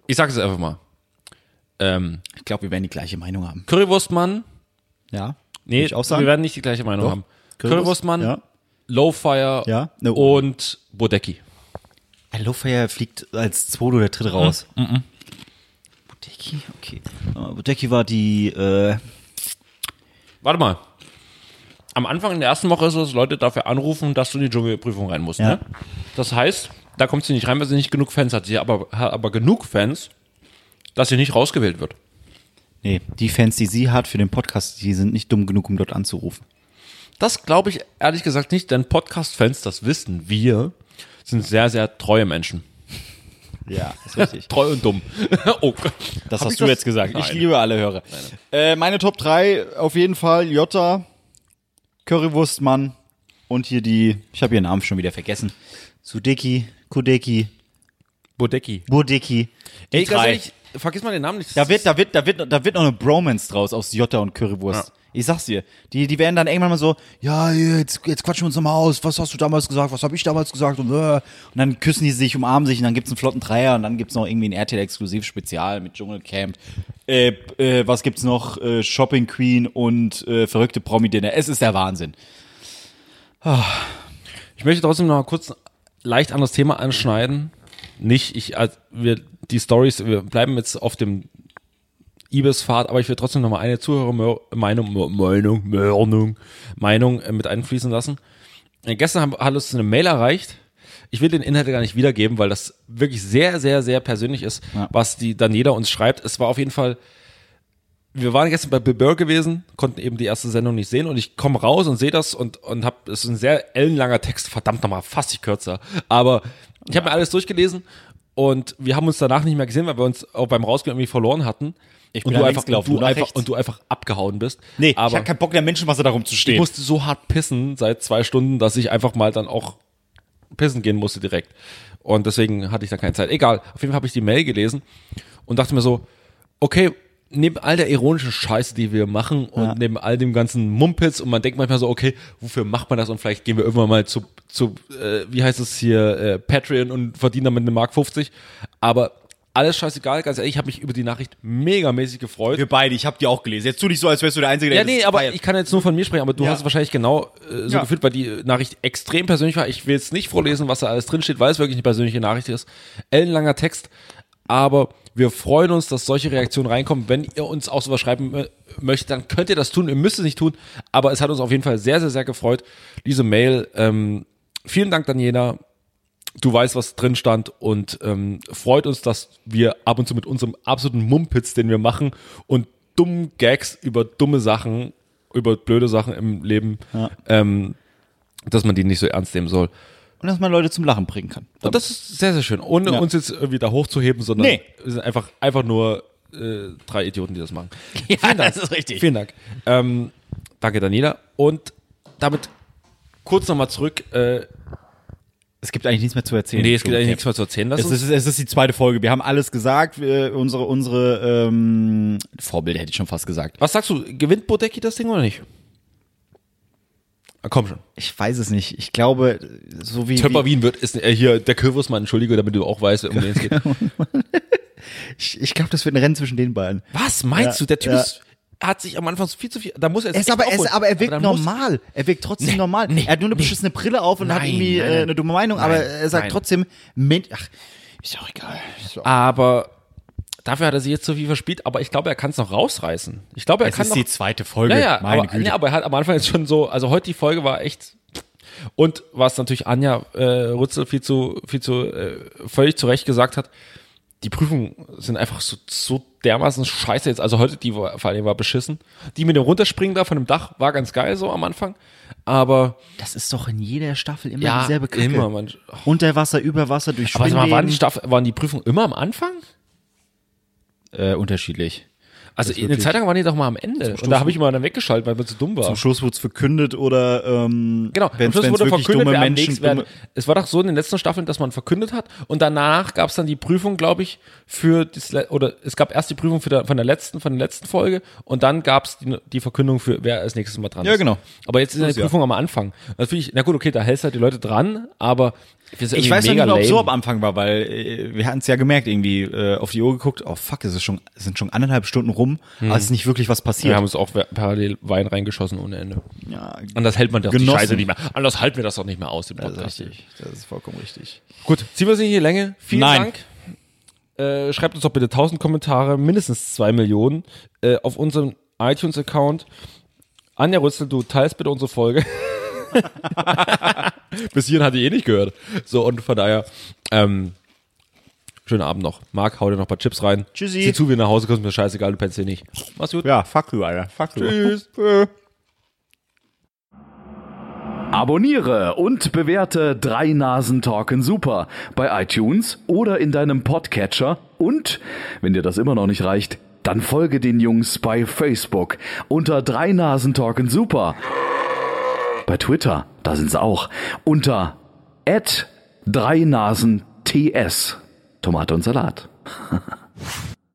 Speaker 1: Ich sage es einfach mal. Ähm,
Speaker 2: Ich glaube, wir werden die gleiche Meinung haben.
Speaker 1: Currywurstmann.
Speaker 2: Ja.
Speaker 1: Nee,
Speaker 2: Würde ich auch sagen.
Speaker 1: wir werden nicht die gleiche Meinung
Speaker 2: Doch.
Speaker 1: haben.
Speaker 2: Currywurst,
Speaker 1: Currywurstmann,
Speaker 2: ja.
Speaker 1: Lowfire
Speaker 2: Ja, ne-
Speaker 1: und Bodecki.
Speaker 2: Layla Äh, Lowfire fliegt als zweite oder dritte raus. Mhm. Budecki, okay. Aber Budecki war die, äh,
Speaker 1: Warte mal. Am Anfang in der ersten Woche ist es, dass Leute dafür anrufen, dass du in die Dschungelprüfung rein musst.
Speaker 2: Ja.
Speaker 1: Ne? Das heißt, da kommt sie nicht rein, weil sie nicht genug Fans hat. Sie hat aber, hat aber genug Fans, dass sie nicht rausgewählt wird.
Speaker 2: Nee, die Fans, die sie hat für den Podcast, die sind nicht dumm genug, um dort anzurufen.
Speaker 1: Das glaube ich ehrlich gesagt nicht, denn Podcast-Fans, das wissen wir, sind sehr, sehr treue Menschen.
Speaker 2: Ja, ist richtig.
Speaker 1: Treu und dumm. oh Gott.
Speaker 2: Das
Speaker 1: Hab
Speaker 2: hast
Speaker 1: ich
Speaker 2: du jetzt gesagt.
Speaker 1: Nein.
Speaker 2: alle Hörer. Äh, meine Top 3 auf jeden Fall Jota, Currywurstmann und hier die, ich habe ihren Namen schon wieder vergessen. Sudeki, Kudeki,
Speaker 1: Bodecki.
Speaker 2: Burdeki. die
Speaker 1: Ey, ganz
Speaker 2: drei.
Speaker 1: ehrlich, vergiss mal den Namen nicht.
Speaker 2: Da wird, da wird, da wird, da wird noch eine Bromance draus aus Jota und Currywurst. Ich sag's dir. Die, die werden dann irgendwann mal so, ja, jetzt, jetzt quatschen wir uns nochmal aus. Was hast du damals gesagt? Was habe ich damals gesagt? Und, äh. und dann küssen die sich, umarmen sich und dann gibt's einen flotten Dreier und dann gibt's noch irgendwie ein RTL-Exklusiv-Spezial mit Dschungelcamp. Äh, äh, was gibt's noch? Äh, Shopping Queen und äh, verrückte Promi-Dinner. Es ist der Wahnsinn.
Speaker 1: Ich möchte trotzdem noch mal kurz ein leicht anderes Thema anschneiden. Nicht, ich, als- wir, die Stories, wir bleiben jetzt auf dem Ibis-Fahrt, aber ich will trotzdem noch mal eine Zuhörermeinung, Meinung, Meinung, Meinung äh, mit einfließen lassen. Äh, Gestern haben- hat uns eine Mail erreicht. Ich will den Inhalt gar nicht wiedergeben, weil das wirklich sehr, sehr, sehr persönlich ist,
Speaker 2: Ja.
Speaker 1: was die Daniela uns schreibt. Es war auf jeden Fall wir waren gestern bei Bill Burr gewesen, konnten eben die erste Sendung nicht sehen und ich komme raus und sehe das und, und habe, es ist ein sehr ellenlanger Text, verdammt nochmal, fast ich kürzer, aber ich habe mir alles durchgelesen und wir haben uns danach nicht mehr gesehen, weil wir uns auch beim Rausgehen irgendwie verloren hatten. Ich
Speaker 2: bin
Speaker 1: und
Speaker 2: nach
Speaker 1: du
Speaker 2: links
Speaker 1: einfach,
Speaker 2: gelaufen,
Speaker 1: und
Speaker 2: du
Speaker 1: du
Speaker 2: nach
Speaker 1: einfach
Speaker 2: rechts.
Speaker 1: und du einfach abgehauen bist.
Speaker 2: ich
Speaker 1: aber
Speaker 2: habe keinen Bock, der Menschenmasse darum zu
Speaker 1: ich
Speaker 2: stehen.
Speaker 1: musste so hart pissen seit zwei Stunden, dass ich einfach mal dann auch pissen gehen musste direkt. Und deswegen hatte ich da keine Zeit. Egal, auf jeden Fall habe ich die Mail gelesen und dachte mir so, okay, neben all der ironischen Scheiße, die wir machen und neben all dem ganzen Mumpitz und man denkt manchmal so, okay, wofür macht man das und vielleicht gehen wir irgendwann mal zu, zu äh, wie heißt es hier, äh, Patreon und verdienen damit eine Mark 50. Aber alles scheißegal, ganz ehrlich, ich habe mich über die Nachricht megamäßig gefreut.
Speaker 2: Wir beide, ich hab die auch gelesen. Jetzt tu dich so, als wärst du der Einzige, der
Speaker 1: Ja,
Speaker 2: das
Speaker 1: nee, aber
Speaker 2: feiert.
Speaker 1: ich kann jetzt nur von mir sprechen, aber du
Speaker 2: Ja.
Speaker 1: hast es wahrscheinlich genau äh, so
Speaker 2: Ja.
Speaker 1: gefühlt, weil die Nachricht extrem persönlich war. Ich will jetzt nicht vorlesen, was da alles drinsteht, weil es wirklich eine persönliche Nachricht ist. Ellenlanger Text, aber wir freuen uns, dass solche Reaktionen reinkommen. Wenn ihr uns auch sowas schreiben äh, möchtet, dann könnt ihr das tun. Ihr müsst es nicht tun, aber es hat uns auf jeden Fall sehr, sehr, sehr gefreut, diese Mail. Ähm, vielen Dank, Daniela. Du weißt, was drin stand und ähm, freut uns, dass wir ab und zu mit unserem absoluten Mumpitz, den wir machen und dummen Gags über dumme Sachen, über blöde Sachen im Leben, ähm, dass man die nicht so ernst nehmen soll.
Speaker 2: Und dass man um Leute zum Lachen bringen kann.
Speaker 1: Und das ist sehr, sehr schön. Ohne
Speaker 2: Ja.
Speaker 1: uns jetzt irgendwie da hochzuheben, sondern
Speaker 2: Nee.
Speaker 1: wir sind einfach, einfach nur äh, drei Idioten, die das machen.
Speaker 2: Ja,
Speaker 1: Vielen Dank.
Speaker 2: das ist richtig.
Speaker 1: Vielen Dank. Ähm, danke, Daniela. Und damit kurz nochmal zurück. Äh,
Speaker 2: Es gibt eigentlich nichts mehr zu erzählen.
Speaker 1: nee, es gibt eigentlich
Speaker 2: Okay.
Speaker 1: nichts mehr zu erzählen. Lass
Speaker 2: Es
Speaker 1: uns
Speaker 2: ist, es ist die zweite Folge. Wir haben alles gesagt. Wir, unsere unsere ähm, Vorbilder hätte ich schon fast gesagt.
Speaker 1: Was sagst du, gewinnt Bodecki das Ding oder nicht? Ah, komm schon.
Speaker 2: Ich weiß es nicht. Ich glaube, so wie,
Speaker 1: Töpper
Speaker 2: wie
Speaker 1: Wien wird ist äh, hier der Kürbismann, entschuldige, damit du auch weißt, um wen es geht.
Speaker 2: ich, ich glaube, das wird ein Rennen zwischen den beiden.
Speaker 1: Was meinst
Speaker 2: Ja,
Speaker 1: du? Der Typ
Speaker 2: ja.
Speaker 1: ist, hat sich am Anfang so viel zu viel. Da muss er
Speaker 2: Er
Speaker 1: jetzt
Speaker 2: ist aber,
Speaker 1: echt
Speaker 2: er ist,
Speaker 1: aufholen.
Speaker 2: aber er wirkt
Speaker 1: dann muss-
Speaker 2: normal. Er wirkt trotzdem
Speaker 1: Nee,
Speaker 2: normal.
Speaker 1: nee,
Speaker 2: er hat nur eine
Speaker 1: nee.
Speaker 2: beschissene Brille auf und hat
Speaker 1: Nein,
Speaker 2: irgendwie
Speaker 1: nein,
Speaker 2: äh,
Speaker 1: nein.
Speaker 2: eine dumme Meinung, aber er sagt
Speaker 1: nein.
Speaker 2: trotzdem, Mensch, ach, ist ja auch egal. Ist ja auch-
Speaker 1: Aber dafür hat er sich jetzt so viel verspielt, aber ich glaube, er kann es noch rausreißen. Ich glaube, er
Speaker 2: Es
Speaker 1: kann
Speaker 2: ist
Speaker 1: noch,
Speaker 2: die zweite Folge.
Speaker 1: Ja, ja,
Speaker 2: Meine
Speaker 1: aber,
Speaker 2: Güte.
Speaker 1: Nee, aber er hat am Anfang jetzt schon so, also heute die Folge war echt. Und was natürlich Anja äh, Rützel viel zu, viel zu äh, völlig zu Recht gesagt hat, die Prüfungen sind einfach so, so dermaßen scheiße jetzt. Also heute, die war, vor allem war beschissen. Die mit dem Runterspringen da von dem Dach war ganz geil so am Anfang. Aber
Speaker 2: das ist doch in jeder Staffel immer
Speaker 1: ja,
Speaker 2: dieselbe Kacke.
Speaker 1: immer. Man,
Speaker 2: Unter Wasser, über Wasser, durch
Speaker 1: aber sag mal, waren die,
Speaker 2: Spinnweben.
Speaker 1: Staffel, waren die Prüfungen immer am Anfang?
Speaker 2: äh, unterschiedlich.
Speaker 1: Also
Speaker 2: ist
Speaker 1: eine
Speaker 2: wirklich-
Speaker 1: Zeit lang waren die doch mal am Ende. Und da habe ich mal dann weggeschaltet, weil man zu dumm war.
Speaker 2: Am Schluss wurde es verkündet oder ähm,
Speaker 1: Genau,
Speaker 2: wenn's-
Speaker 1: am Schluss
Speaker 2: wenn's
Speaker 1: wurde
Speaker 2: wirklich
Speaker 1: verkündet,
Speaker 2: dumme
Speaker 1: wer am
Speaker 2: Menschen,
Speaker 1: nächsten werden.
Speaker 2: dumme-
Speaker 1: Es war doch so in den letzten Staffeln, dass man verkündet hat und danach gab es dann die Prüfung, glaube ich, für das, le- oder es gab erst die Prüfung für der, von der letzten, von der letzten Folge und dann gab es die, die Verkündung für, wer als nächstes Mal dran
Speaker 2: Ja,
Speaker 1: ist.
Speaker 2: genau.
Speaker 1: Aber jetzt ist ja
Speaker 2: ist
Speaker 1: die
Speaker 2: ja.
Speaker 1: Prüfung am Anfang. Das finde ich, na gut, okay, da hältst halt die Leute dran, aber wir sind
Speaker 2: Ich
Speaker 1: irgendwie
Speaker 2: weiß ja nicht,
Speaker 1: mega
Speaker 2: mehr, ob so am
Speaker 1: lame.
Speaker 2: Anfang war, weil äh, wir hatten es ja gemerkt, irgendwie äh, auf die Uhr geguckt, oh fuck, es ist schon, es sind schon anderthalb Stunden rum, aber es ist nicht wirklich was passiert.
Speaker 1: Wir Hm. haben uns auch we- parallel Wein reingeschossen ohne Ende.
Speaker 2: ja,
Speaker 1: Anders hält man doch die
Speaker 2: Genossen.
Speaker 1: Scheiße nicht mehr. Anders halten wir das doch nicht mehr aus, den
Speaker 2: das ist
Speaker 1: Podcast.
Speaker 2: richtig. Das ist vollkommen richtig.
Speaker 1: Gut, ziehen wir sie hier Länge. Vielen
Speaker 2: Nein.
Speaker 1: Dank. Äh, schreibt uns doch bitte 1000 Kommentare, mindestens 2 Millionen, äh, auf unserem iTunes-Account. Anja Rützel, du teilst bitte unsere Folge. Bis hierhin hat die eh nicht gehört. So, und von daher, ähm, schönen Abend noch. Marc, hau dir noch ein paar Chips rein.
Speaker 2: Tschüssi.
Speaker 1: Sieh zu, wie du nach Hause kommst, mir scheißegal, du pennst hier nicht. Mach's gut.
Speaker 2: Ja, fuck you, Alter. Fuck you.
Speaker 1: Tschüss.
Speaker 6: Abonniere und bewerte drei Nasen Talken Super bei iTunes oder in deinem Podcatcher und, wenn dir das immer noch nicht reicht, dann folge den Jungs bei Facebook unter drei Nasen Talken Super. Bei Twitter, da sind sie auch, unter drei Nasen TS. Tomate und Salat.